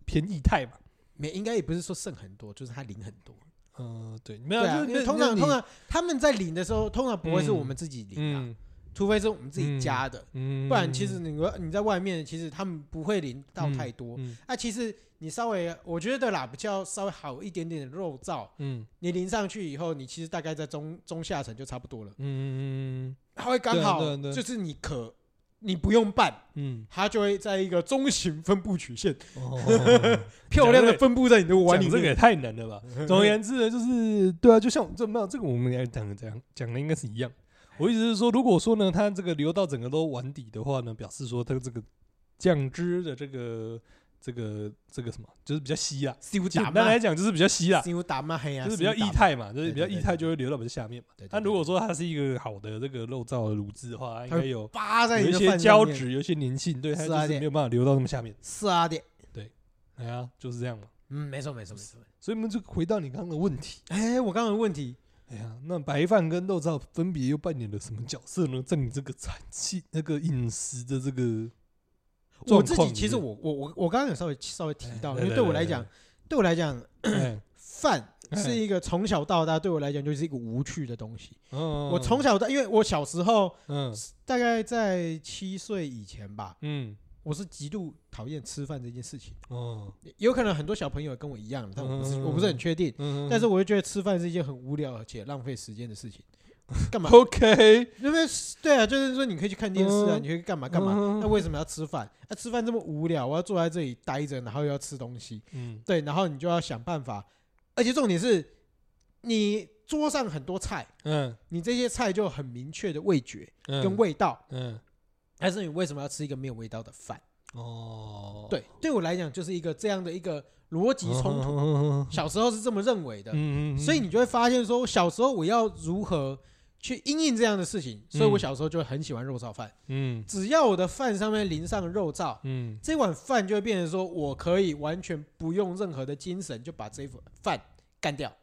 偏异态嘛。没，应该也不是说剩很多，就是它淋很多。嗯，对，没有，对就啊，是因那为通那常你通常他们在淋的时候，通常不会是我们自己淋啊，嗯除非是我们自己加的。嗯，不然其实你你在外面，其实他们不会淋到太多。嗯那其实你稍微，我觉得啦，比较稍微好一点点的肉燥，嗯你淋上去以后，你其实大概在中中下层就差不多了嗯，嗯它会刚对啊好对啊对啊就是你可你不用拌，嗯它就会在一个中型分布曲线，哦嗯，漂亮的分布在你的碗讲里这个面。也太难 了吧！总而言之呢，就是对啊，就像这没有这个我们俩讲的讲讲的应该是一样。我意思是说，如果说呢，它这个流到整个都碗底的话呢，表示说它这个酱汁的这个这个这个什么，就是比较稀啦。修简打单来嘛，讲就是比较稀啦，修打嘛，嘿呀，就是比较师傅液打嘛，态嘛，就是比较对对液对态对就会流到比较下面嘛对对。那对如果说它是一个好的这个肉燥的卤汁的话，它应该有扒在有你一的些饭上胶面质，有一些粘性，对它是就啊是对没有办法流到那么下面。是啊的，哎呀，就是这样嘛。嗯，没错没错没错。所以我们就回到你刚刚的问题，哎，我刚刚有问题，哎呀，那白饭跟肉燥分别又扮演了什么角色呢？在你这个产气那个饮食的这个我状自况己里其实面我我我我刚刚有稍微稍微提到，哎因为对我来讲，，对我来讲，来来来来饭哎是一个从小到大对我来讲就是一个无趣的东西。哎 嗯我从小到，因为我小时候嗯大概在七岁以前吧，嗯我是极度讨厌吃饭这件事情。哦有可能很多小朋友跟我一样，但我不是我不是很确定。嗯，？但是我就觉得吃饭是一件很无聊而且浪费时间的事情。干嘛 OK，因为对啊，就是说你可以去看电视啊，嗯你可以干嘛干嘛嗯。那为什么要吃饭？那吃饭这么无聊，我要坐在这里待着，然后又要吃东西。嗯对，然后你就要想办法，而且重点是，你桌上很多菜，嗯你这些菜就有很明确的味觉嗯跟味道，嗯但是你为什么要吃一个没有味道的饭？哦，对，对我来讲就是一个这样的一个逻辑冲突。突小时候是这么认为的，嗯嗯，所以你就会发现说，小时候我要如何去因应这样的事情，所以我嗯小时候就很喜欢肉燥饭，嗯只要我的饭上面淋上肉燥。嗯这碗饭就会变成说，我可以完全不用任何的精神就把这一碗饭干掉。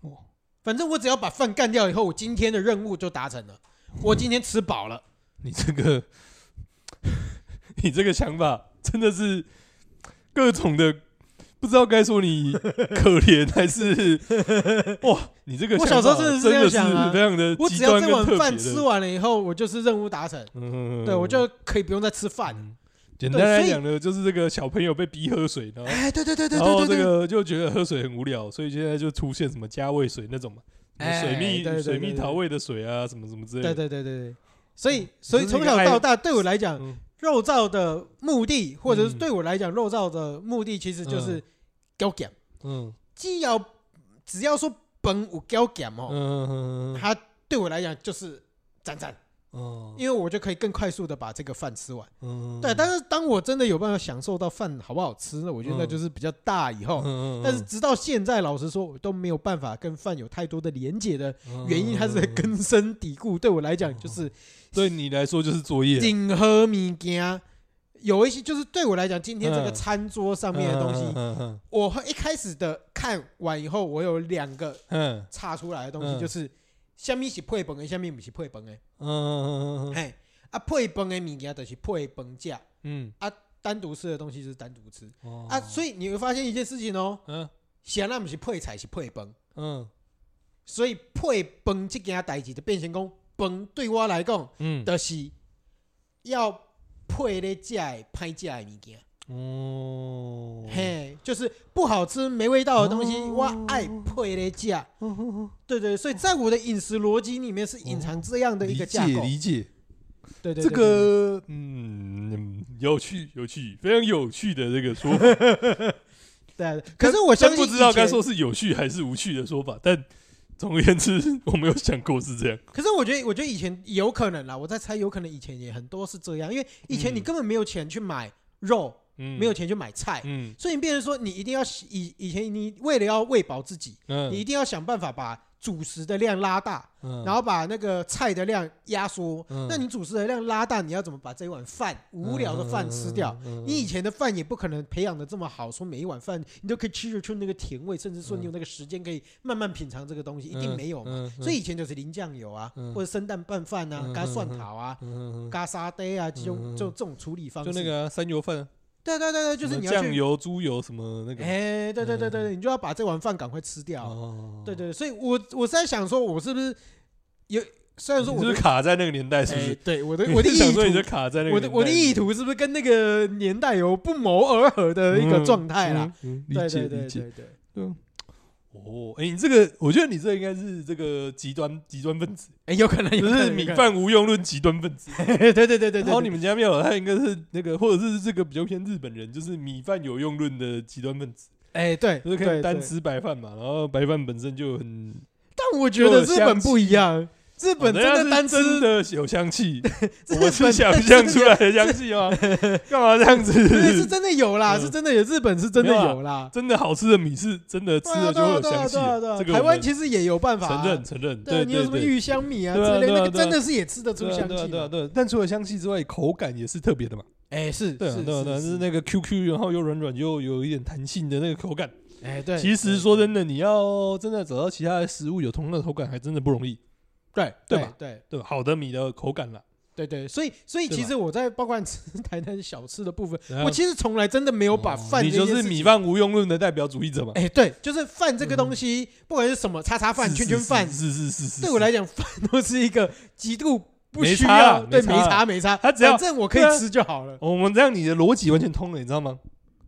哦反正我只要把饭干掉以后，我今天的任务就达成了。嗯我今天吃饱了，你这个，你这个想法真的是各种的，不知道该说你可怜还是哇！你这个我小想时候法真的是这真样的想啊是非常的我极只要端跟这碗特别饭的吃，完了以后，我就是任务达成，嗯对我就可以不用再吃饭了。嗯简对单来所以讲呢，就是这个小朋友被逼喝水，然后哎，对对 对对然对后这对对，个就觉得喝水很无聊，所以现在就出现什么加味水那种嘛，什么水哎对蜜对对水蜜对桃味的水啊，什么什么之类对的。对对对对。所以嗯，所以这是一从个小爱到大，对我来讲，嗯肉燥的目的，或者是嗯对我来讲，肉燥的目的，其实就是高减。嗯既要只要说本有高减嗯哦，嗯嗯嗯它对我来讲就是赞赞，嗯，因为我就可以更快速的把这个饭吃完。嗯对，但是当我真的有办法享受到饭好不好吃呢？我觉得那嗯就是比较大以后。嗯嗯但是直到现在，老实说，我都没有办法跟饭有太多的连结的嗯原因，它是根深蒂固。对我来讲，就是对你来说就是作业，顶喝米羹，有一些就是对我来讲，今天这个嗯餐桌上面的东嗯西，嗯嗯我会一开始的看完以后，我有两个嗯岔出来的东西，嗯就是下面是配饭的，下面不是配饭的。嗯嗯嗯嗯嘿，啊，配饭的物件就是配饭食，嗯单独吃的东西就是单独吃。嗯啊，所以以你会发现一件事情哦，嗯咸那不是配菜是配饭，嗯所以配饭这件代志就变成讲饭对我来讲，嗯就是要配咧食的歹食的物件，哦，嘿，就是不好吃没味道的东西，哦我爱配咧食。嗯嗯嗯对对，所以在我的饮食逻辑里面是隐藏这样的一理个解架构。理解，对对，对对对这个嗯嗯有趣有趣，非常有趣的这个说法。对啊，可是我相信不知道以前该说是有趣还是无趣的说法，但总而言之，我没有想过是这样。可是我觉得，我觉得以前有可能啦，我在猜，有可能以前也很多是这样，因为以前你嗯根本没有钱去买肉，嗯没有，钱去买菜，嗯所以你变成说，你一定要以以前你为了要喂饱自己，嗯，你一定要想办法把主食的量拉大，嗯然后把那个菜的量压缩。嗯那你主食的量拉大，你要怎么把这一碗饭无聊的饭吃掉？，嗯你以前的饭也不可能培养的这么好，说每一碗饭你都可以吃得出那个甜味，甚至说你嗯有那个时间可以慢慢品尝这个东西，一定没有嘛。，所以以前就是淋酱油啊，嗯或者生蛋拌饭啊，嗯加蒜头啊，嗯嗯嗯嗯加沙爹啊，就嗯嗯就这种处理方式。就那，个啊三油饭啊，对对对对，就是什么你要酱去，油、猪油什么那个，哎，对对对对，对你就要把这碗饭赶快吃掉。哦对，对，所以我我是在想说，我是不是有？虽然你说是我不的是卡在那个年代？是不哎是？对我的 你我的是意想说你就图，卡在那个我的年代我的意图是不是跟那个年代有不谋而合的一个状态啦？，嗯嗯理对解对对理解。对对，哦，哎、你这个，我觉得你这应该是这个极端极端分 子，哎，有可能有就可能是有米可能饭无用论极端分子。对对对对对，然后对你们家没有，他应该是那个，或者是这个比较偏日本人，就是米饭有用论的极端分子，哎对，就是可对以单。对吃白饭嘛，然后白饭本身就很，但我觉得日本不一样，日哦本真的单人家是吃真的有香气， 我日们是本想真的象出来的香气吗？ 干嘛这样 对，是 子？真的有啦，嗯是真的有，日本是真的没有啊有啦。 真的好吃的米是真的吃对啊了就对会啊有对香啊气对啊的对，啊，这个台我湾们其实也有办法啊承认承认，对啊，对你有对什么对。芋香米啊对啊之类的，对啊那个对啊真的是也吃得出对啊香对啊气对啊嘛。对啊但除了香气之外，口感也是特别的嘛。哎，是，对啊是对啊对啊，是就是那个 QQ，然后又软软又有一点弹性的那个口感。哎，对。其实说真的，你要真的找到其他的食物有同样的口感，还真的不容易，对对对吧对对吧？好的米的口感啦，对对，所以所以对其吧实我在包括吃台南小吃的部分，然后我其实从来真的没有把啊哦饭你这件就事是情米饭无用论的代表主义者嘛？哎，对，就是饭这个东西，不管是什么叉叉饭、嗯是圈圈是饭，是是是是，对我来讲，饭都是一个极度不没需差啦要，对，没没差啦差没差， 他只要反正我可以对啊吃就好了是。。 我们这样你的逻辑完全通了，你知道吗？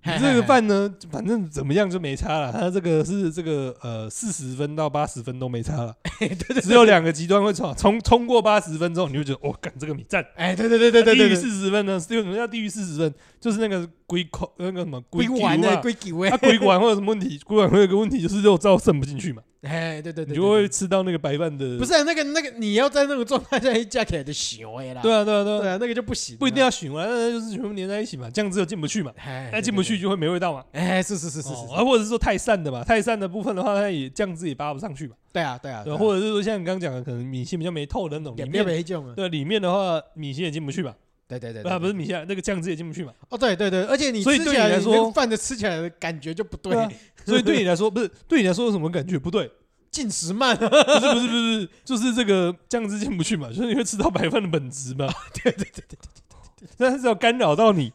你这个饭呢，反正怎么样就没差了。它这个是这个呃四十分到八十分都没差了，嘿，嘿嘿对对，只有两个极端会 冲冲冲过八十分之后，你就觉得哦，干这个米赞。哎，对对对对对对低于对，四十分呢？是有什么叫低于四十分？就是那个龟啊口那个什么归球完嘛了，，归九哎它，鬼管会有什么问题？鬼管会有一个问题，就是肉燥渗不进去嘛，哎，对对对，你对就会吃到那个白饭的。不是啊那个那个，你要在那个状态下一架起来的行为啦。对啊，对啊，对啊，对啊，那个就不行，不一定，要循环，那就是全部粘在一起嘛，酱汁又进不去嘛，哎，那对进不去，就会没味道嘛。对对哎，是是 是是是，哦啊，或者是说太散的嘛，太散的部分的话，它也酱汁也扒不上去嘛。对啊对啊，对，或者是说像你刚刚讲的，可能米线比较没透的那种，里也没有面没用啊，对里面的话，米线也进不去嘛，对对对，对啊不是米线，那个酱汁也进 不去嘛。哦对对对，而且你所以吃对起你来来你说那个饭的吃起来的感觉就不对，啊，所以对 你来说不是对你来说有什么感觉不对？进食慢，啊不是不是不是不是，就是这个酱汁进 不去嘛，就是你会吃到白饭的本质嘛。对对对对，但是只要干扰到你，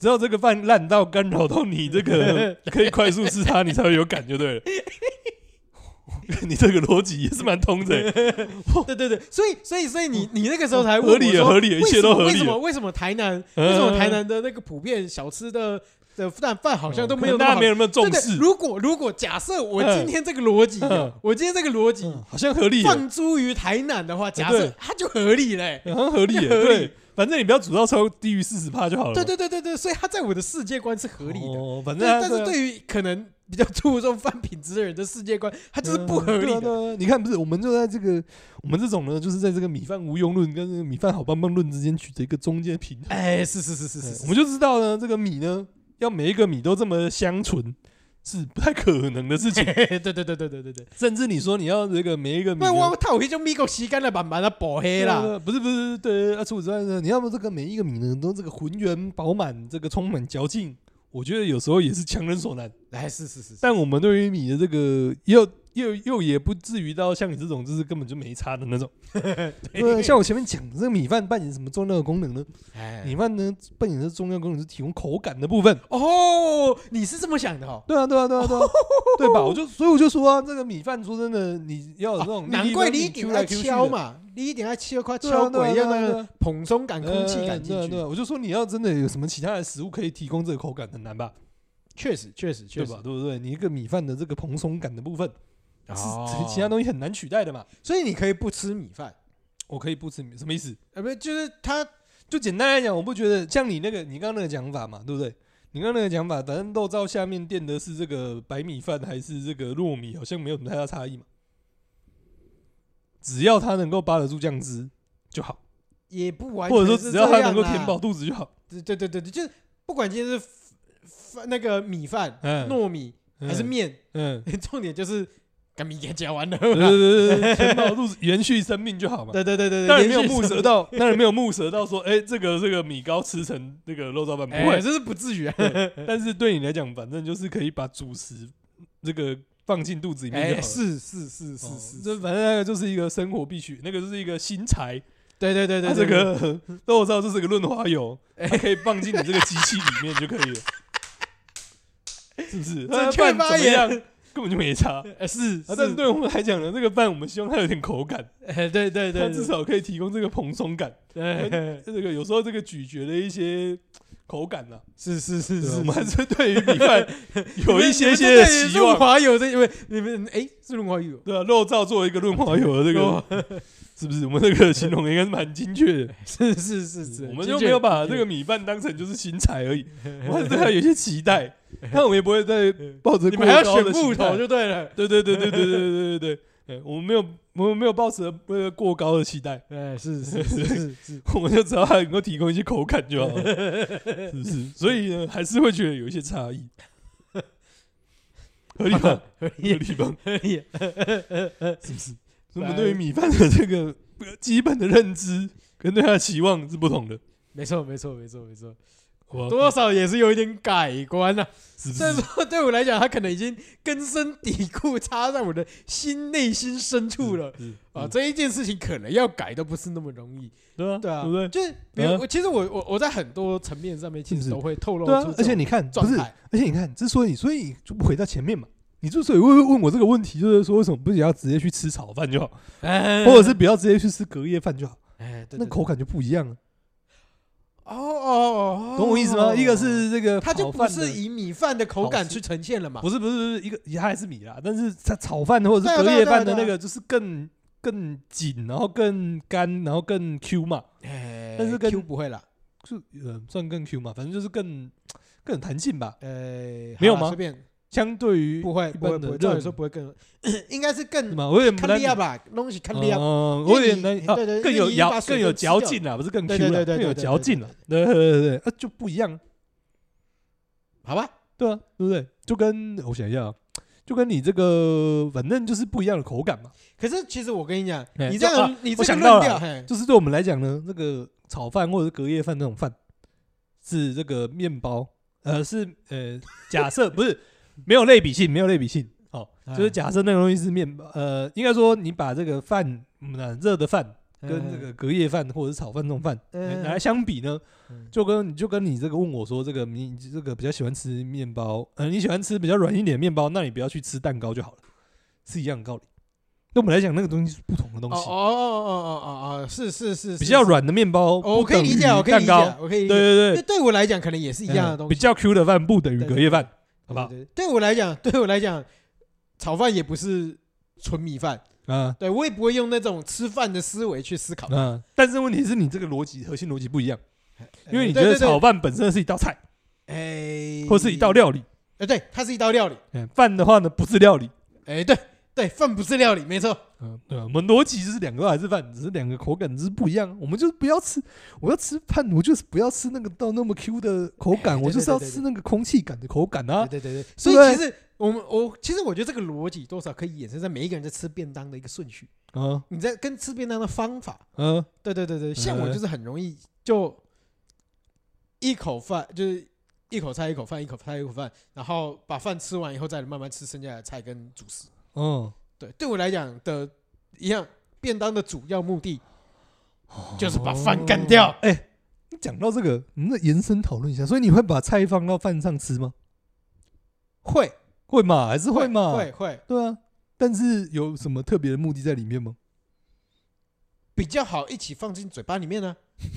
只要这个饭烂到干扰到你这 个可以快速吃它，你才会有感就对了。你这个逻辑也是蛮通的、欸对对对，所以所以所以你你那个时候才问哦合理我的说合理啊的，一为切什都么合为理什的么。为什么台南嗯为什么台南的那个普遍小吃的的饭饭好像都没有那么大家好嗯没有那么重对对视，如果如果假设我今天这个逻辑嗯嗯，我今天这个逻辑嗯好像合理耶，放诸于台南的话，假设对它就合理嘞。好像合理耶，啊合理对，反正你不要煮到超低于四十帕就好了嘛。对对对对对，所以它在我的世界观是合理的。嗯哦，反对正它但啊是对于可能比较注重饭品质的人的世界观，它就是不合理嗯对的。啊对啊你看，不是我们就在这个我们这种呢，就是在这个米饭无用论跟这个米饭好棒棒论之间取得一个中间平衡。哎，是是是是嗯是我是，们就知道呢，这个米呢，要每一个米都这么香醇是不太可能的事 情。对对对对对对对。甚至你说你要这个每一个米呢，那我套迄种美国时间来慢慢的补黑对啊，嗯对啦。啊不是不是对啊，除此之外呢，你要么这个每一个米呢都这个浑圆饱满，这个充满嚼劲，我觉得有时候也是强人所难。哎，是是是是，但我们对于米的这个又又又也不至于到像你这种就是根本就没差的 那种。对，像我前面讲的，这个米饭扮演什么重要的功能呢？哎米饭呢扮演的重要功能是提供口感的部分。哦，你是这么想的哦？对啊，对啊，对啊， 对啊，对吧？我就所以我就说啊，这个米饭说真的，你要有那种粒啊难粒怪分你一明定 Q 爱来 Q 去敲的，嘛，你一定爱敲，快对敲啊对啊鬼一样对啊对那啊个蓬松感、空气感呃对啊进对去啊。我就说你要真的有什么其他的食物可以提供这个口感，很难吧？确实，确实，对确实吧？。对不对？你一个米饭的这个蓬松感的部分，是哦其他东西很难取代的嘛。所以你可以不吃米饭，我可以不吃米，什么意思？呃，不就是它就简单来讲，我不觉得像你那个你刚刚那个讲法嘛，对不对？你刚刚那个讲法，反正肉燥下面垫的是这个白米饭还是这个糯米，好像没有什么太大差异嘛。只要它能够扒得住酱汁就好，也不完全或者说是只要这它能样啊够啦填饱，肚子就好。对对对对，对就是不管今天是饭那个米饭、嗯，糯米还是面， 嗯，重点就是把米给嚼完了。 对对对对，填 饱肚子，延续生命就好嘛。对对对对对，当然没连有续木什舌么，到，当然没有木舌到说，哎，这个这个米糕吃成那个肉燥饭不哎，会，这是不至于啊。但是对你来讲，反正就是可以把主食这个放进肚子里面就好哎，了。是是是哦是是，这反正那个就是一个生活必须，那个就是一个新材。对对对对，它这对对哎个 豆燥这是个润滑油，它可以放进你这个机器里面就可 以了，是不是？正它确饭发怎么样言，根本就没差。哎是，啊，但是是对我们来讲呢，这个饭我们希望它有点口感，哎对对它对，至少可以提供这个蓬松感。 对对这个有时候这个咀嚼的一些口感呢、是是是对是，我们还是是对于米 饭有一些你些啊们的对于期润望。滑油这因为你们哎是润滑油，哦对啊，肉燥作为一个润滑油的这个， 是不是？我们这个形容应该是蛮精确的。 是是是是，嗯我们精就确没有把这个米饭当成就是新材而已，我们对啊它有些期待，但我们也不会再抱着嗯你过们还要高选的木期待头就对了，对对对对对对对对对 对，呃我们没有我们没有抱持呃过高的期待，哎是是是是 是，我们就只要它能够提供一些口感就好了，是不是？所以呢，还是会觉得有一些差 异，合理吧？合合理理吧？合理，是不是？我们对于米饭的这个呃基本的认知跟对它的期望是不同的， 没错没错没错没错，好不好多少也是有一点改观啊。哦是不 虽然是？说对我来讲，它可能已经根深蒂固插在我的心内心深处了是，是啊，嗯这一件事情可能要改都不是那么容易，对啊，对啊，对不对？就是比如嗯我其实我我我在很多层面上面其是实不都是会透露对出啊，这而且种你看，不状是，态，而且你看，之所以，所以就不回到前面嘛。你之所以会问我这个问题，就是说为什么不要直接去吃炒饭就好，哎或者是不要直接去吃隔夜饭就好，哎，对那对口感就不一样了，哦哦哦，懂我意思吗？哦一个是这个它就炒不饭是的以米饭的口感好吃去呈现了嘛，不是不是不是一个它还是米啦，但是它炒饭或者对啊是隔对啊夜对啊饭对的啊那个就是更更紧，然后更干，然后更 Q 嘛，哎，但是跟 Q 不会啦，就呃算更 Q 嘛，反正就是更更有弹性吧。呃，没有好啦吗随便相对于不会一不会般不的会，热照理米说不会更，应该是是更吗？我有点不看太力啊吧，东西看力啊，嗯，因我为有你点难，对对对啊更因为有你已经嚼把水更分有吃掉嚼劲啊，不是更对 Q 对了，对对更有对嚼对劲对了，对对对对，啊就不一样，好吧，对啊，对不对？就跟我想一下啊，就跟你这个反正就是不一样的口感嘛，可是其实我跟你讲，哎你这就样啊你这我个想到论调，了嘿就是对我们来讲呢，这个炒饭或者是隔夜饭那种饭是这个面包，呃，是呃， 假设不是没有类比性，没有类比性，哦，就是哎假设那个东西是面包，呃，应该说你把这个饭，嗯，呃热的饭哎跟这个隔夜饭或者是炒饭这种饭呃嗯拿来相比呢嗯，就跟你就跟你这个问我说这个你这个比较喜欢吃面包，呃，你喜欢吃比较软一点的面包，那你不要去吃蛋糕就好了，是一样的道理。对我们来讲，那个东西是不同的东哦西哦。哦哦哦哦，是是是，比是较是软的面包，哦我可以理解，我可以理解，，啊我可以理对解。对对，对，对我来讲可能也是一样的嗯东比西，较 Q 的饭不等于对隔夜饭，对好不好？对对对我来讲，对我来讲，炒饭也不是纯米饭，啊对我也不会用那种吃饭的思维去思考，啊！但是问题是你这个逻辑核心逻辑不一样，因为你觉哎对对得对炒饭本身是一道菜哎，或是一道，料理，哎，对，它是一道料理，嗯，饭的话呢不是料理，哎，对对，饭不是料理，没错，嗯，对啊，我们逻辑就是两个都还是饭，只是两个口感就是不一样。我们就是不要吃，我要吃饭，我就是不要吃那个到那么 Q 的口哎感，对我就是要对对对吃那个空气感的口感啊。对对对对，所对以其实我们我其实我觉得这个逻辑多少可以衍生在每一个人在吃便当的一个顺序，嗯你在跟吃便当的方法，嗯对对对对，像我嗯就是很容易就一口饭，就是一口菜一口饭，一口菜一口饭，然后把饭吃完以后再慢慢吃剩下的菜跟主食。嗯，对，对我来讲的一样，便当的主要目的哦就是把饭干掉。哎、你讲到这个，我们再延伸讨论一下。所以你会把菜放到饭上吃吗？会会嘛，还是会嘛？会会对啊。但是有什么特别的目的在里面吗？比较好一起放进嘴巴里面呢。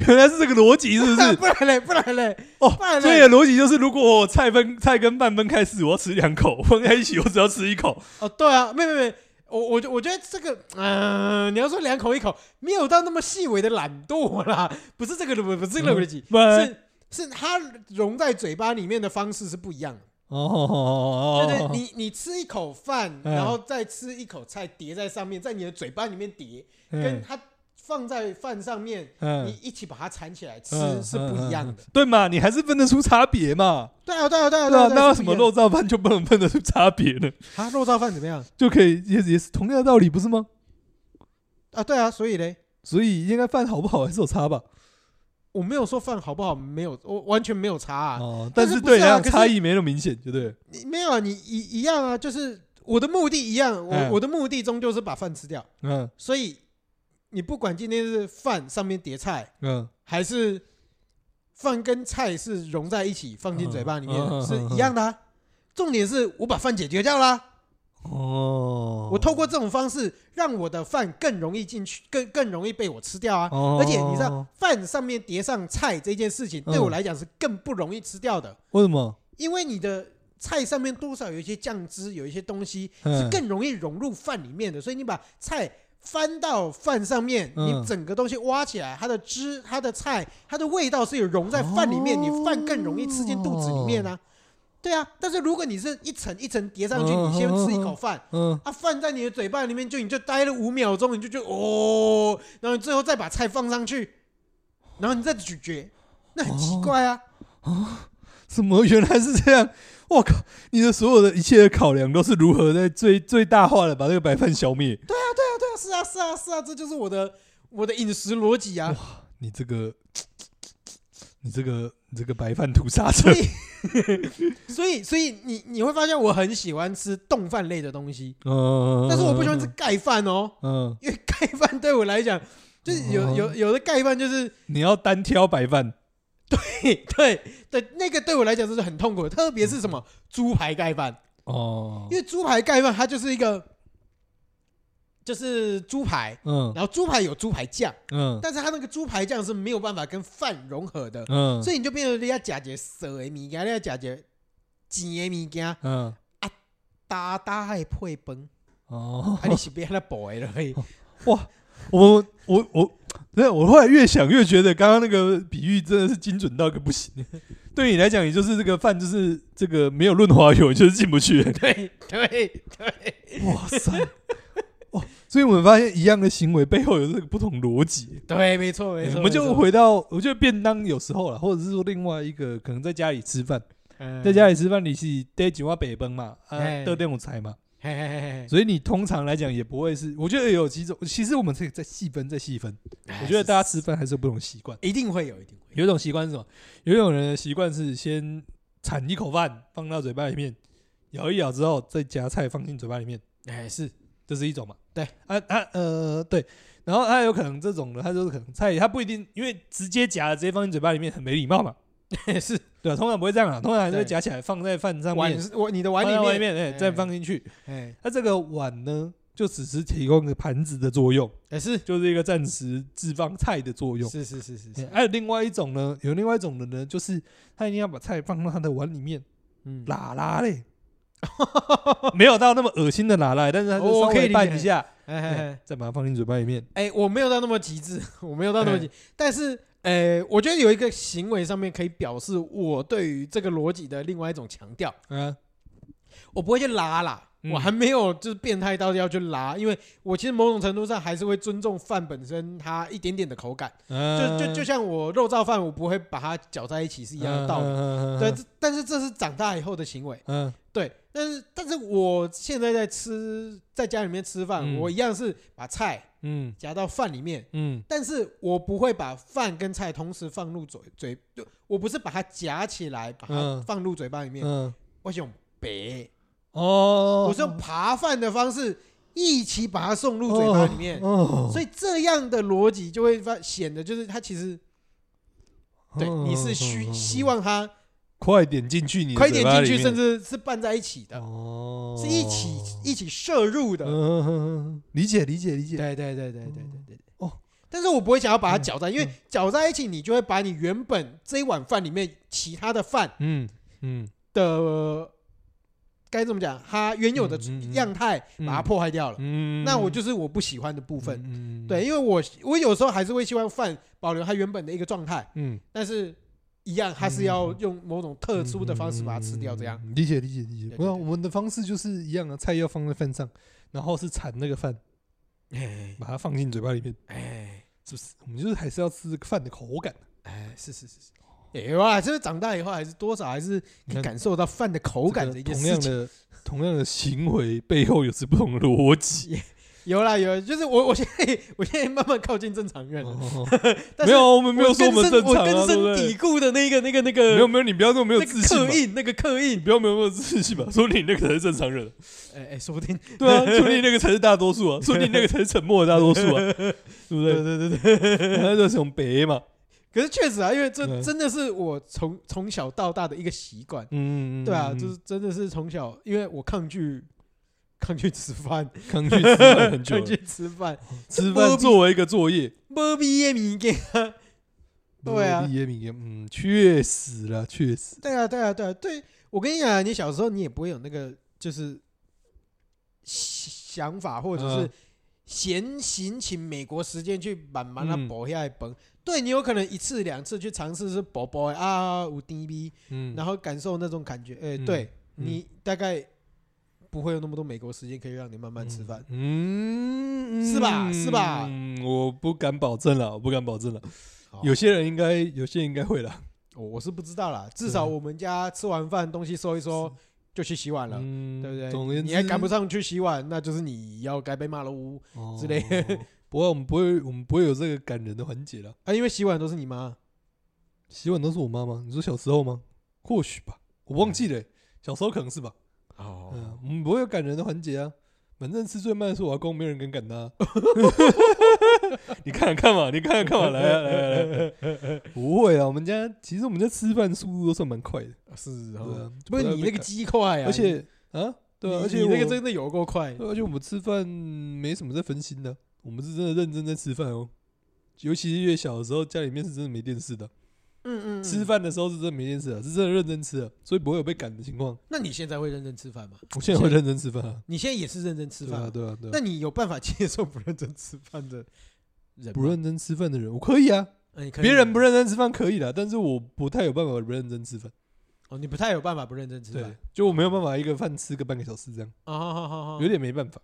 原来是这个逻辑，是 不是？啊不然嘞，不然嘞，哦不然所以嘞，的逻辑就是，如果我菜分菜跟饭分开吃，我要吃两口； 分开一起，我只要吃一口。哦，对啊，没没没。我我我觉得这个，嗯、你要说嗯两口一口，没有到那么细微的懒惰啦，不是这个，不不是这个逻辑，不然是是它融在嘴巴里面的方式是不一样的。哦哦哦对哦对，哦，你你吃一口饭，嗯然后再吃一口菜叠在上面，在你的嘴巴里面叠，跟嗯它放在饭上面，你嗯，一起把它缠起来吃嗯是不一样的。，对嘛？你还是分得出差别嘛？对啊，对啊，对啊，对啊，啊，那有为什么肉？燥饭就不能分得出差别呢？啊，肉燥饭怎么样就可以也也是同样的道理，不是吗？啊？对啊，所以嘞，所以应该饭好不好还是有差吧？我没有说饭好不好，没有，我完全没有差啊。哦，但但是是不是对啊啊，可是差异没那么明显，对不对？你没有啊，你一一样啊，就是我的目的一样，我、嗯我的目的终究是把饭吃掉，嗯所以你不管今天是饭上面叠菜，嗯，还是饭跟菜是融在一起放进嘴巴里面的，嗯嗯嗯嗯是一样的、啊。重点是我把饭解决掉啦，哦，我透过这种方式让我的饭更容易进去，更更容易被我吃掉啊。哦，嗯而且你知道，饭上面叠上菜这件事情，对我来讲是更不容易吃掉的，为什么？因为你的菜上面多少有一些酱汁，有一些东西嗯是更容易融入饭里面的，所以你把菜翻到饭上面，嗯你整个东西挖起来，它的汁、它的菜、它的味道是有融在饭里面，哦你饭更容易吃进肚子里面啊。对啊，但是如果你是一层一层叠上去，嗯你先吃一口饭。嗯啊，饭在你的嘴巴里面就你就待了五秒钟，你就觉得哦，然后你最后再把菜放上去，然后你再咀嚼，那很奇怪啊。哦什么？原来是这样！我靠，你的所有的一切的考量都是如何在最最大化的把这个白饭消灭。对啊，是啊，是啊，是啊，这就是我的我的饮食逻辑啊。你这个，你这个，你这个白饭屠杀所，者以，所以，所以你你会发现我很喜欢吃冻饭类的东西，嗯，但是我不喜欢吃，盖饭哦，嗯，因为盖饭对我来讲，就是哦有有有的盖饭就是你要单挑白饭，嘿对对那个对我来讲就是很痛苦的，特别是什么猪排盖饭，嗯哦因，为猪排盖饭它就是一个就是猪排，嗯然后猪排有猪排酱，嗯但是它那个猪排酱是没有办法跟饭融合的，嗯，所以你就变成你要夹些涩的物件，你要夹些甜的物件，嗯搭搭的配饭。哦啊，，你是别那补的可以。我我我，对我后来越想越觉得，刚刚那个比喻真的是精准到一个不行。 对你来讲，也就是这个饭，就是这个没有润滑油，你就是进不 去。对对，哇塞，哇！所以我们发现一样的行为背后有这个不同逻辑。对，没错没错。我们就没错回到，我觉得便当有时候了，或者是说另外一个可能在家里吃饭，嗯在家里吃饭你是带几碗北崩嘛，啊，哎得点有菜嘛，嘿嘿嘿嘿所以你通常来讲也不会是，我觉得有几种，其实我们可以再细分再细分，哎我觉得大家是吃饭还是有不同习惯。一定会有，一定会有。有一种习惯是什么？有一种人的习惯是先铲一口饭放到嘴巴里面，咬一咬之后再夹菜放进嘴巴里面，哎，是 这是一种嘛？对啊啊呃对，然后他有可能这种的，他就是可能菜他不一定，因为直接夹了直接放进嘴巴里面很没礼貌嘛，是对啊，通常不会这样啊，通常还是会对夹起来放在饭上碗面，是我你的碗放里在面外，面哎再放进去。哎那这个碗呢，就只是提供个盘子的作用，哎是就是一个暂时置放菜的作用。是是是是欸是，还有另外一种呢，有另外一种的呢，就是他一定要把菜放到他的碗里面，嗯，拉拉 嘞，没有到那么恶心的拉拉，但是他就哦稍我可以微理拌解一下，哎哎欸哎再把它放进嘴巴里面。哎，我没有到那么极致， 我没有到那么极，但是。哎，我觉得有一个行为上面可以表示我对于这个逻辑的另外一种强调，嗯我不会去拉啦，嗯我还没有就是变态到要去拉，因为我其实某种程度上还是会尊重饭本身它一点点的口感，嗯，就就就像我肉燥饭，我不会把它搅在一起是一样的道理。理对，，这但是这是长大以后的行为。嗯对，但是但是我现在在吃，在家里面吃饭，嗯我一样是把菜嗯夹到饭里面，嗯但是我不会把饭跟菜同时放入嘴嘴，就我不是把它夹起来，把它嗯放入嘴巴里面，嗯，我是用白。哦，我是用扒饭的方式一起把它送入嘴巴里面，哦，所以这样的逻辑就会发显得就是它其实对哦你是希希望它快点进去你的快嘴点巴里面，进去，甚至是拌在一起的，哦，是一起一起摄入嗯的。嗯嗯嗯理解理解理解，对对对对对对对对。哦，嗯但是我不会想要把它搅在，因为搅在一起，你就会把你原本这一碗饭里面其他的饭嗯嗯的该怎么讲，它原有的嗯嗯嗯样态把它破坏掉了。嗯，那我就是我不喜欢的部部分。分对，，因为我我有时候还是会希望饭保留它原本的一个状态，嗯但是一样，它是要用某种特殊的方式把它吃掉，这样。嗯理解理解理解对。不然对对我们的方式就是一样的，菜要放在饭上，然后是铲那个饭，嗯哎把它放进嘴巴里面，哎是不是？我们就是还是要吃这个饭的口感。哎，是是是是。有啊，就是长大以后还是多少还是你看感受到饭的口口感的一件同事样情。的同样的行为背后有着不同的逻辑。有啦有啦，就是我我现在我现在慢慢靠近正常院了，哦但是没有，我们没有我说我根们深正常我啊，根对深不蒂对？固的那个那个那没个有没有，你不要这么没有那自个信刻嘛！印那个刻你印，不要没有没有自信吧？说不定你那个才是正常人。啊哎哎，说不定对啊，说不定那个才是大多数啊，说不定那个才是沉默的大多数 啊，对不对？对对对那就是用北嘛， 可是确实啊，因为这嗯真的是我从从小到大的一个习惯，嗯，对啊，就是真的是从小，因为我抗拒抗拒吃饭， 抗拒吃饭很 久抗了，拒吃饭，吃饭作为一个作业，没毕业米给，对啊毕业明年嗯，确实啦，确实， 对啊对啊对啊，对我跟你讲啊，你小时候你也不会有那个就是想法，或者是嗯闲行请美国时间去慢慢的嗯搏下来崩。对你有可能一次两次去尝试是搏搏的啊有 DB，嗯，然后感受那种感觉，哎、嗯对。嗯你大概不会有那么多美国时间可以让你慢慢吃饭。嗯，嗯是吧是吧嗯，我不敢保证了，我不敢保证了，好有些人应该，有些人应该会啦。我我是不知道啦，至啊少我们家吃完饭东西收一收就去洗碗了，嗯，对不对？总而言之，你还赶不上去洗碗，那就是你要该被骂了呜之类哦。不过我们不会，我们不会有这个感人的环节了。啊！因为洗碗都是你妈，洗碗都是我妈吗？你说小时候吗？或许吧，我忘记了欸、小时候可能是吧。哦嗯，我们不会有感人的环节啊。反正吃最慢的是我阿公，没有人敢赶他啊、 你看看嘛，你看看嘛，来啊来啊来啊 不会啊，我们家其实我们家吃饭速度都算蛮快的，是对啊哦，，不是太你被那个赶，鸡块啊，而且啊，对啊，你而且你我呃那个真的有够快，对而且我们吃饭没什么在分心的，我们是真的认真在吃饭哦。尤其是越小的时候，家里面是真的没电视的，嗯嗯，吃。饭的时候是真的没电视啊，是真的认真吃啊，所以不会有被赶的情况。那你现在会认真吃饭吗？我现在会认真吃饭啊，你现在也是认真吃对饭啊，吗，对啊，对那啊。你有办法接受不认真吃饭的人吗？不认真吃饭的人，我可以啊，哎，你可以别人吗不认真吃饭可以的，但是我不太有办法不认真吃饭。哦，你不太有办法不认真吃对饭。，就我没有办法一个饭吃个半个小时这样，啊，好好好好有，点没办法。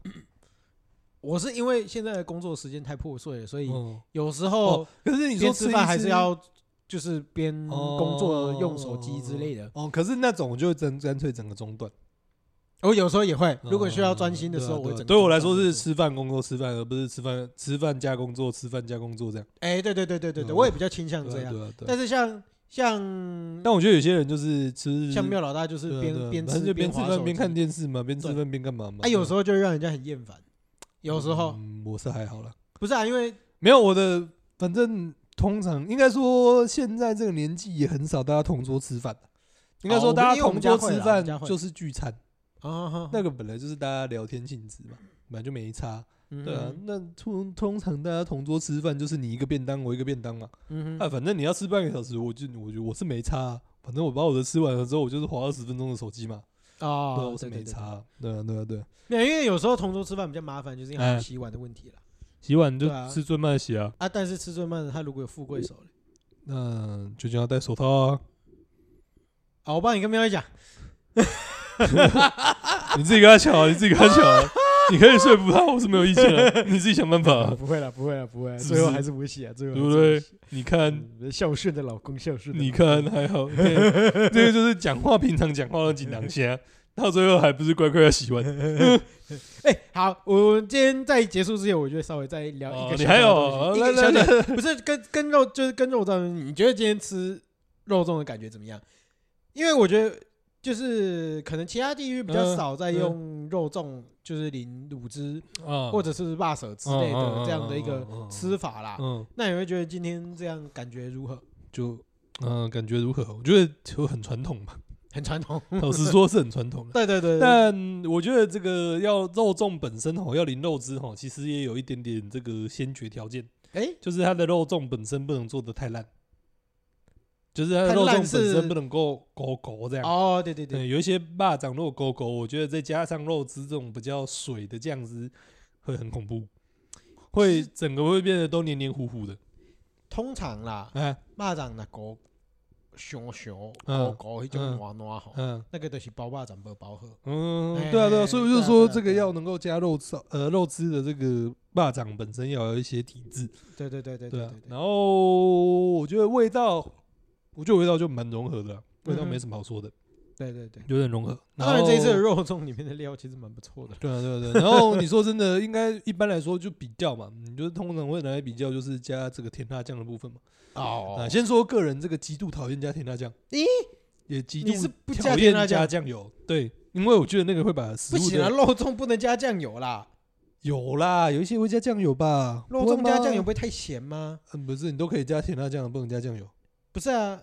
我是因为现在的工作时间太破碎了，所以哦，有时候可是你边说吃一饭还是吃要就是边哦工作用手机之类的。哦，可是那种我就真干脆整个中断。哦我有时候也会，如果需要专心的时候，对啊我会对啊整个对我来中说断工是作，吃饭工作吃饭，而不是吃饭吃饭加工作吃饭加工作这样。哎，对对对对对对，嗯我也比较倾向对这啊样。对啊对啊。但是像像但我觉得有些人就是吃像妙老大就对是啊对边啊边反正吃就边吃滑手饭边看机，电视嘛，边吃对饭边干嘛嘛。啊嗯哎，有时候候就会让人家很厌烦。有时候我是还好啦，不是啊，因为没有我的，反正通常应该说现在这个年纪也很少大家同桌吃饭了应该哦说大家因为我同们桌家会吃啦我饭们家会就是聚餐，啊，那个本来就是大家聊天性质嘛，本来就没差。嗯对啊，那通通常大家同桌吃饭就是你一个便当，我一个便当嘛。嗯啊，反正你要吃半个小时，我就我就我是没差啊、反正我把我的吃完了之后，我就是划二十分钟的手机嘛。对啊，啊我，是对对没对差啊。对啊，对啊，对啊。没有，因为有时候同桌吃饭比较麻烦，就是因为哎还有洗碗的问题啦。洗碗就对啊吃最慢的洗啊，啊，但是吃最慢的，他如果有富贵手嘞，那就定要戴手套啊。啊，我帮你跟喵一讲，你自己跟他抢啊，你自己跟他抢啊。你可以说服他，我是没有意见的，你自己想办法啊、哦不会了，不会了，不会啦，是不最后是还是不会洗啊，最后对还不是会对洗？你看，嗯孝顺的老公，孝顺的老公，你看还好，对这个就是讲话平常讲话的锦囊虾，到最后还不是乖乖要洗碗。哎，好，我们今天在结束之前，我就稍微再聊一哦个你小还小有的啊东西，一来个来小来小， 不是跟跟肉，就是跟肉粽，你觉得今天吃肉粽的感觉怎么样？因为我觉得就是可能其他地域比较嗯少在嗯用肉粽，就是淋卤汁啊或者是辣手之类的这样的一个吃法啦。嗯，那你会觉得今天这样感觉如何？就嗯、呃感觉如何？我觉得就很传统嘛，很传 统。老实说是很传统的。对对对，对但我觉得这个要肉粽本身吼，要淋肉汁吼，其实也有一点点这个先决条件，哎，就是它的肉粽本身不能做的太烂，就是它的太肉粽烂本身是不能够勾勾这样。哦，对对对，对，有一些霸掌如果勾勾，我觉得再加上肉汁这种比较水的酱汁，会很恐怖，会是整个会变得都黏黏糊糊的。通常啦，哎，蚂蚱那狗熊熊嗯狗狗那种暖暖吼，嗯那个都是包肉粽无包好。嗯，哎对啊对啊，所以我就对啊说对啊这个对啊要能够加肉燥呃肉汁的这个霸掌本身要有一些体质，对对对对对对啊对。。然后我觉得味道，我觉得味道就蛮融合的啊，味道嗯哼没什么好说的，对对对。有点融合。当然，这一次的后肉粽里面的料其实蛮不错的。对啊，对啊，对啊。然后你说真的，应该一般来说就比较嘛，你就是通常会拿来比较，就是加这个甜辣酱的部分嘛。 啊，哦，先说个人这个极度讨厌加甜辣酱，咦，也极你是度不加讨甜厌辣加酱？啊酱油，对，因为我觉得那个会把食不物行啊，的肉粽不能加酱油啦。有啦，有一些会加酱油吧，肉不会粽加吗酱油，不会太咸吗？嗯，不是，你都可以加甜辣酱，不能加酱油。不是啊，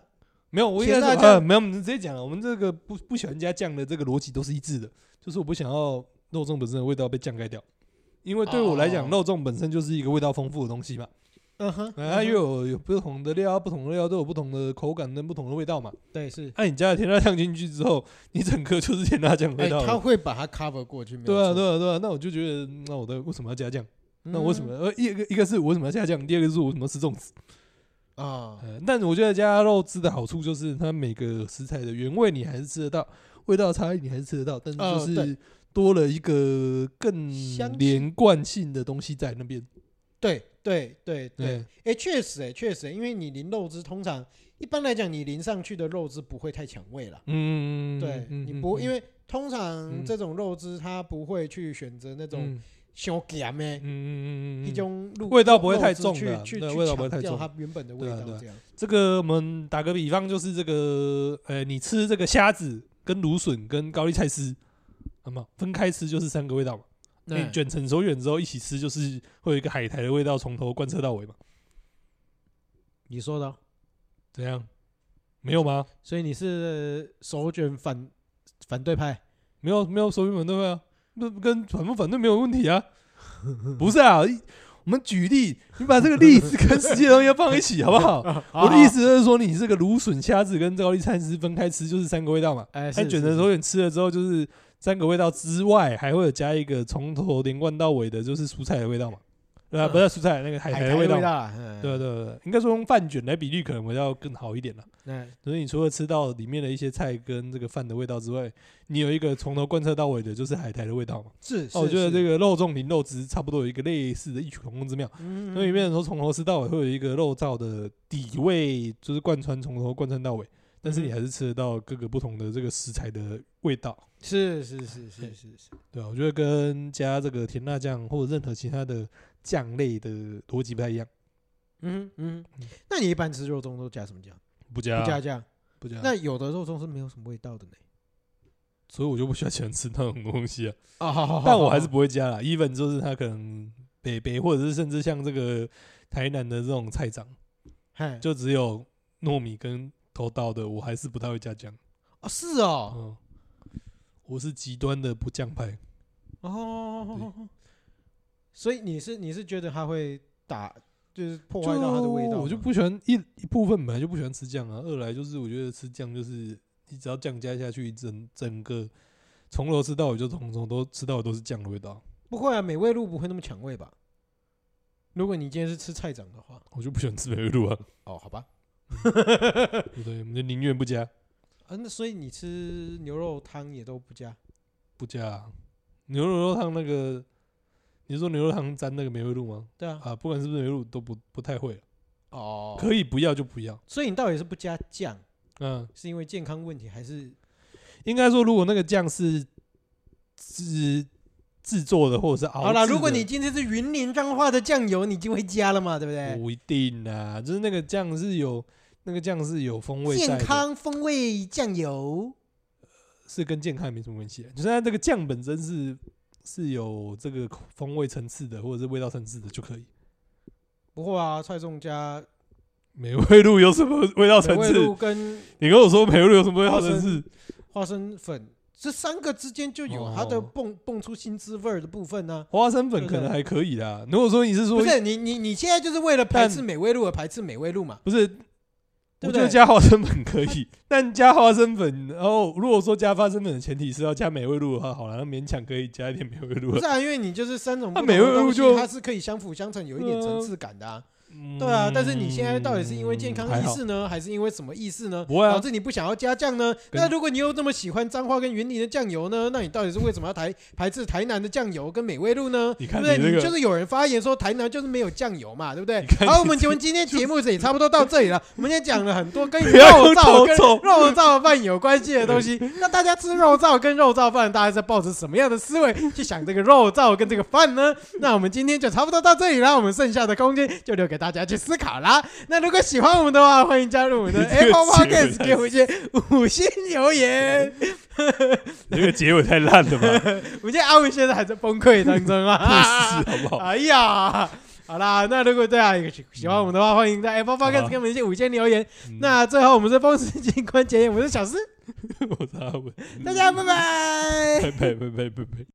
没有，我应甜该辣说酱啊，没有，我们直接讲了，我们这个不不喜欢加酱的这个逻辑都是一致的，就是我不想要肉粽本身的味道被酱盖掉，因为对我来讲，哦肉粽本身就是一个味道丰富的东西嘛，嗯哼，嗯啊，哼又有有不同的料，不同的料都有不同的口感跟不同的味道嘛。对是，那、你加了甜辣酱进去之后，你整个就是甜辣酱的哎味道，他了。会把它 cover 过去，没有对啊，错对，啊，对啊，那我就觉得，那我的为什么要加酱？那嗯为什么？呃，一个一个是我为什么要加酱，第二个是我为什么要吃粽子？啊？呃，但我觉得加肉汁的好处就是，它每个食材的原味你还是吃得到，味道差异你还是吃得到，但是呃就对是多了一个更香气连贯性的东西在那边。对对对对，对，哎，确实哎，确实欸，因为你淋肉汁，通常一般来讲，你淋上去的肉汁不会太抢味啦。嗯，对，嗯你不因为为通常嗯这种肉汁，它不会去选择那种嗯香咸的嗯嗯嗯嗯一嗯，种路味道不会太肉汁重去的啊去对去味道不会抢太掉重它原本的味对啊道对啊这样。这个我们打个比方，就是这个，呃，你吃这个虾子跟芦笋跟高丽菜丝，那么分开吃就是三个味道嘛。那你嗯卷成熟卷之后一起吃，就是会有一个海苔的味道从头贯彻到尾嘛。你说的哦，怎样？没有吗？所以你是手卷反反对派？没有没有手语反对啊，那跟反不反对没有问题 啊。不是啊，一我们举例，你把这个例子跟实际的东西放一起好 不好？啊哦我的意，思就是说，你这个芦笋虾子跟高丽菜丝分开吃就是三个味道嘛。哎，它是卷成是手卷吃了之后，就是三个味道之外，还会有加一个从头连贯到尾的，就是蔬菜的味道嘛。对啊，嗯不是蔬菜，那个海海苔苔的味味道道嘛。啦，嗯对啊对啊对啊，应该说用饭卷来比例可能会要更好一点啦。那所以你除了吃到里面的一些菜跟这个饭的味道之外，你有一个从头贯彻到尾的，就是海苔的味道嘛。是，哦那我觉得这个，个肉粽淋肉汁差不多有一个类似的异曲同工之妙。嗯所以里面说从头吃到尾会有一个肉燥的底味，就是贯穿从头贯穿到尾，但是嗯你还是吃得到各个不同的这个食材的味道。是是是是是是，对啊，我觉得跟加这个甜辣酱或者任何其他的酱类的逻辑不太一样。嗯嗯，那你一般吃肉粽都加什么酱？不加啊不加酱？不加，那有的肉粽是没有什么味道的呢。所以我就不喜欢喜欢吃那种东西啊。啊，好好好但我还是好不会加啦。even 就是它可能北北，或者是甚至像这个台南的这种菜长，嘿，就只有糯米跟头道的，我还是不太会加酱。哦是哦，嗯，我是极端的不酱派。哦，所以你是你是觉得它会打，就是破坏到它的味道吗，我就不喜欢一一部分本来就不喜欢吃酱啊，二来就是我觉得吃酱就是你只要酱加下去，整整个从头吃到尾就从从都吃到尾都是酱的味道，不会啊，美味露不会那么抢味吧？如果你今天是吃菜长的话，我就不喜欢吃美味露啊，哦，好吧，对 不对？我们就宁愿不加啊，那所以你吃牛肉汤也都不加，不加、啊、牛肉肉汤那个，你是说牛肉汤沾那个美味露吗？对啊，啊，不管是不是美味露都不不太会，哦，可以不要就不要。所以你到底是不加酱，嗯，是因为健康问题，还是应该说如果那个酱是制制作的或者是熬好啦，制如果的你今天是云林彰化的酱油，你就会加了嘛，对不对？不一定啊，就是那个酱是有那个酱是有风味在的，健康风味酱油，是跟健康也没什么关系啊，就是它这个酱本身是是有这个风味层次的，或者是味道层次的就可以。不会啊，蔡仲加美味露有什么味道美层味次？露跟你跟我说美味露有什么味道层次？花生粉这三个之间就有它的哦蹦蹦出新滋味儿的部分呢、花生粉可能还可以啦。如果说你是说不是你你你现在就是为了排但斥美味露而排斥美味露嘛？不是，对不我对觉得加花生粉可以，但加花生粉，然后如果说加花生粉的前提是要加美味露的话，好了，那勉强可以加一点美味露不啊是。啊，因为你就是三种不那同美味的露东西就，它是可以相辅相成，有一点层次感的啊。对啊，嗯但是你现在到底是因为健康哎意识呢，还是因为什么意识呢？不会啊导致你不想要加酱呢？跟那如果你又这么喜欢彰化跟云林的酱油呢，那你到底是为什么要台排斥台南的酱油跟美味露呢？你看对不对？你这个你就是有人发言说台南就是没有酱油嘛，对不对你？看好，你我们我们今天节目也差不多到这 里了。我们今天讲了很多跟不要肉燥口 跟臭肉燥饭有关系的东西。那大家吃肉燥跟肉燥饭，大家在抱着什么样的思维去想这个肉燥跟这个饭呢？ 那我们今天就差不多到这里了，我们剩下的空间就留给大家去思考啦。那如果喜欢我们的话，欢迎加入我们的 你这个 Apple 结尾 Podcast，给我们一些五星留言。你这个结尾太烂了吧？我觉得阿文现在还在崩溃当中 啊！不 是，好不哦好？哎呀，好啦，那如果对啊喜喜欢我们的话，欢迎在 Apple 好 Podcast 啊给我们一些五星留言。嗯那最后我们是风湿景观节，我是小诗，我操！我大家拜拜。拜拜拜拜拜拜。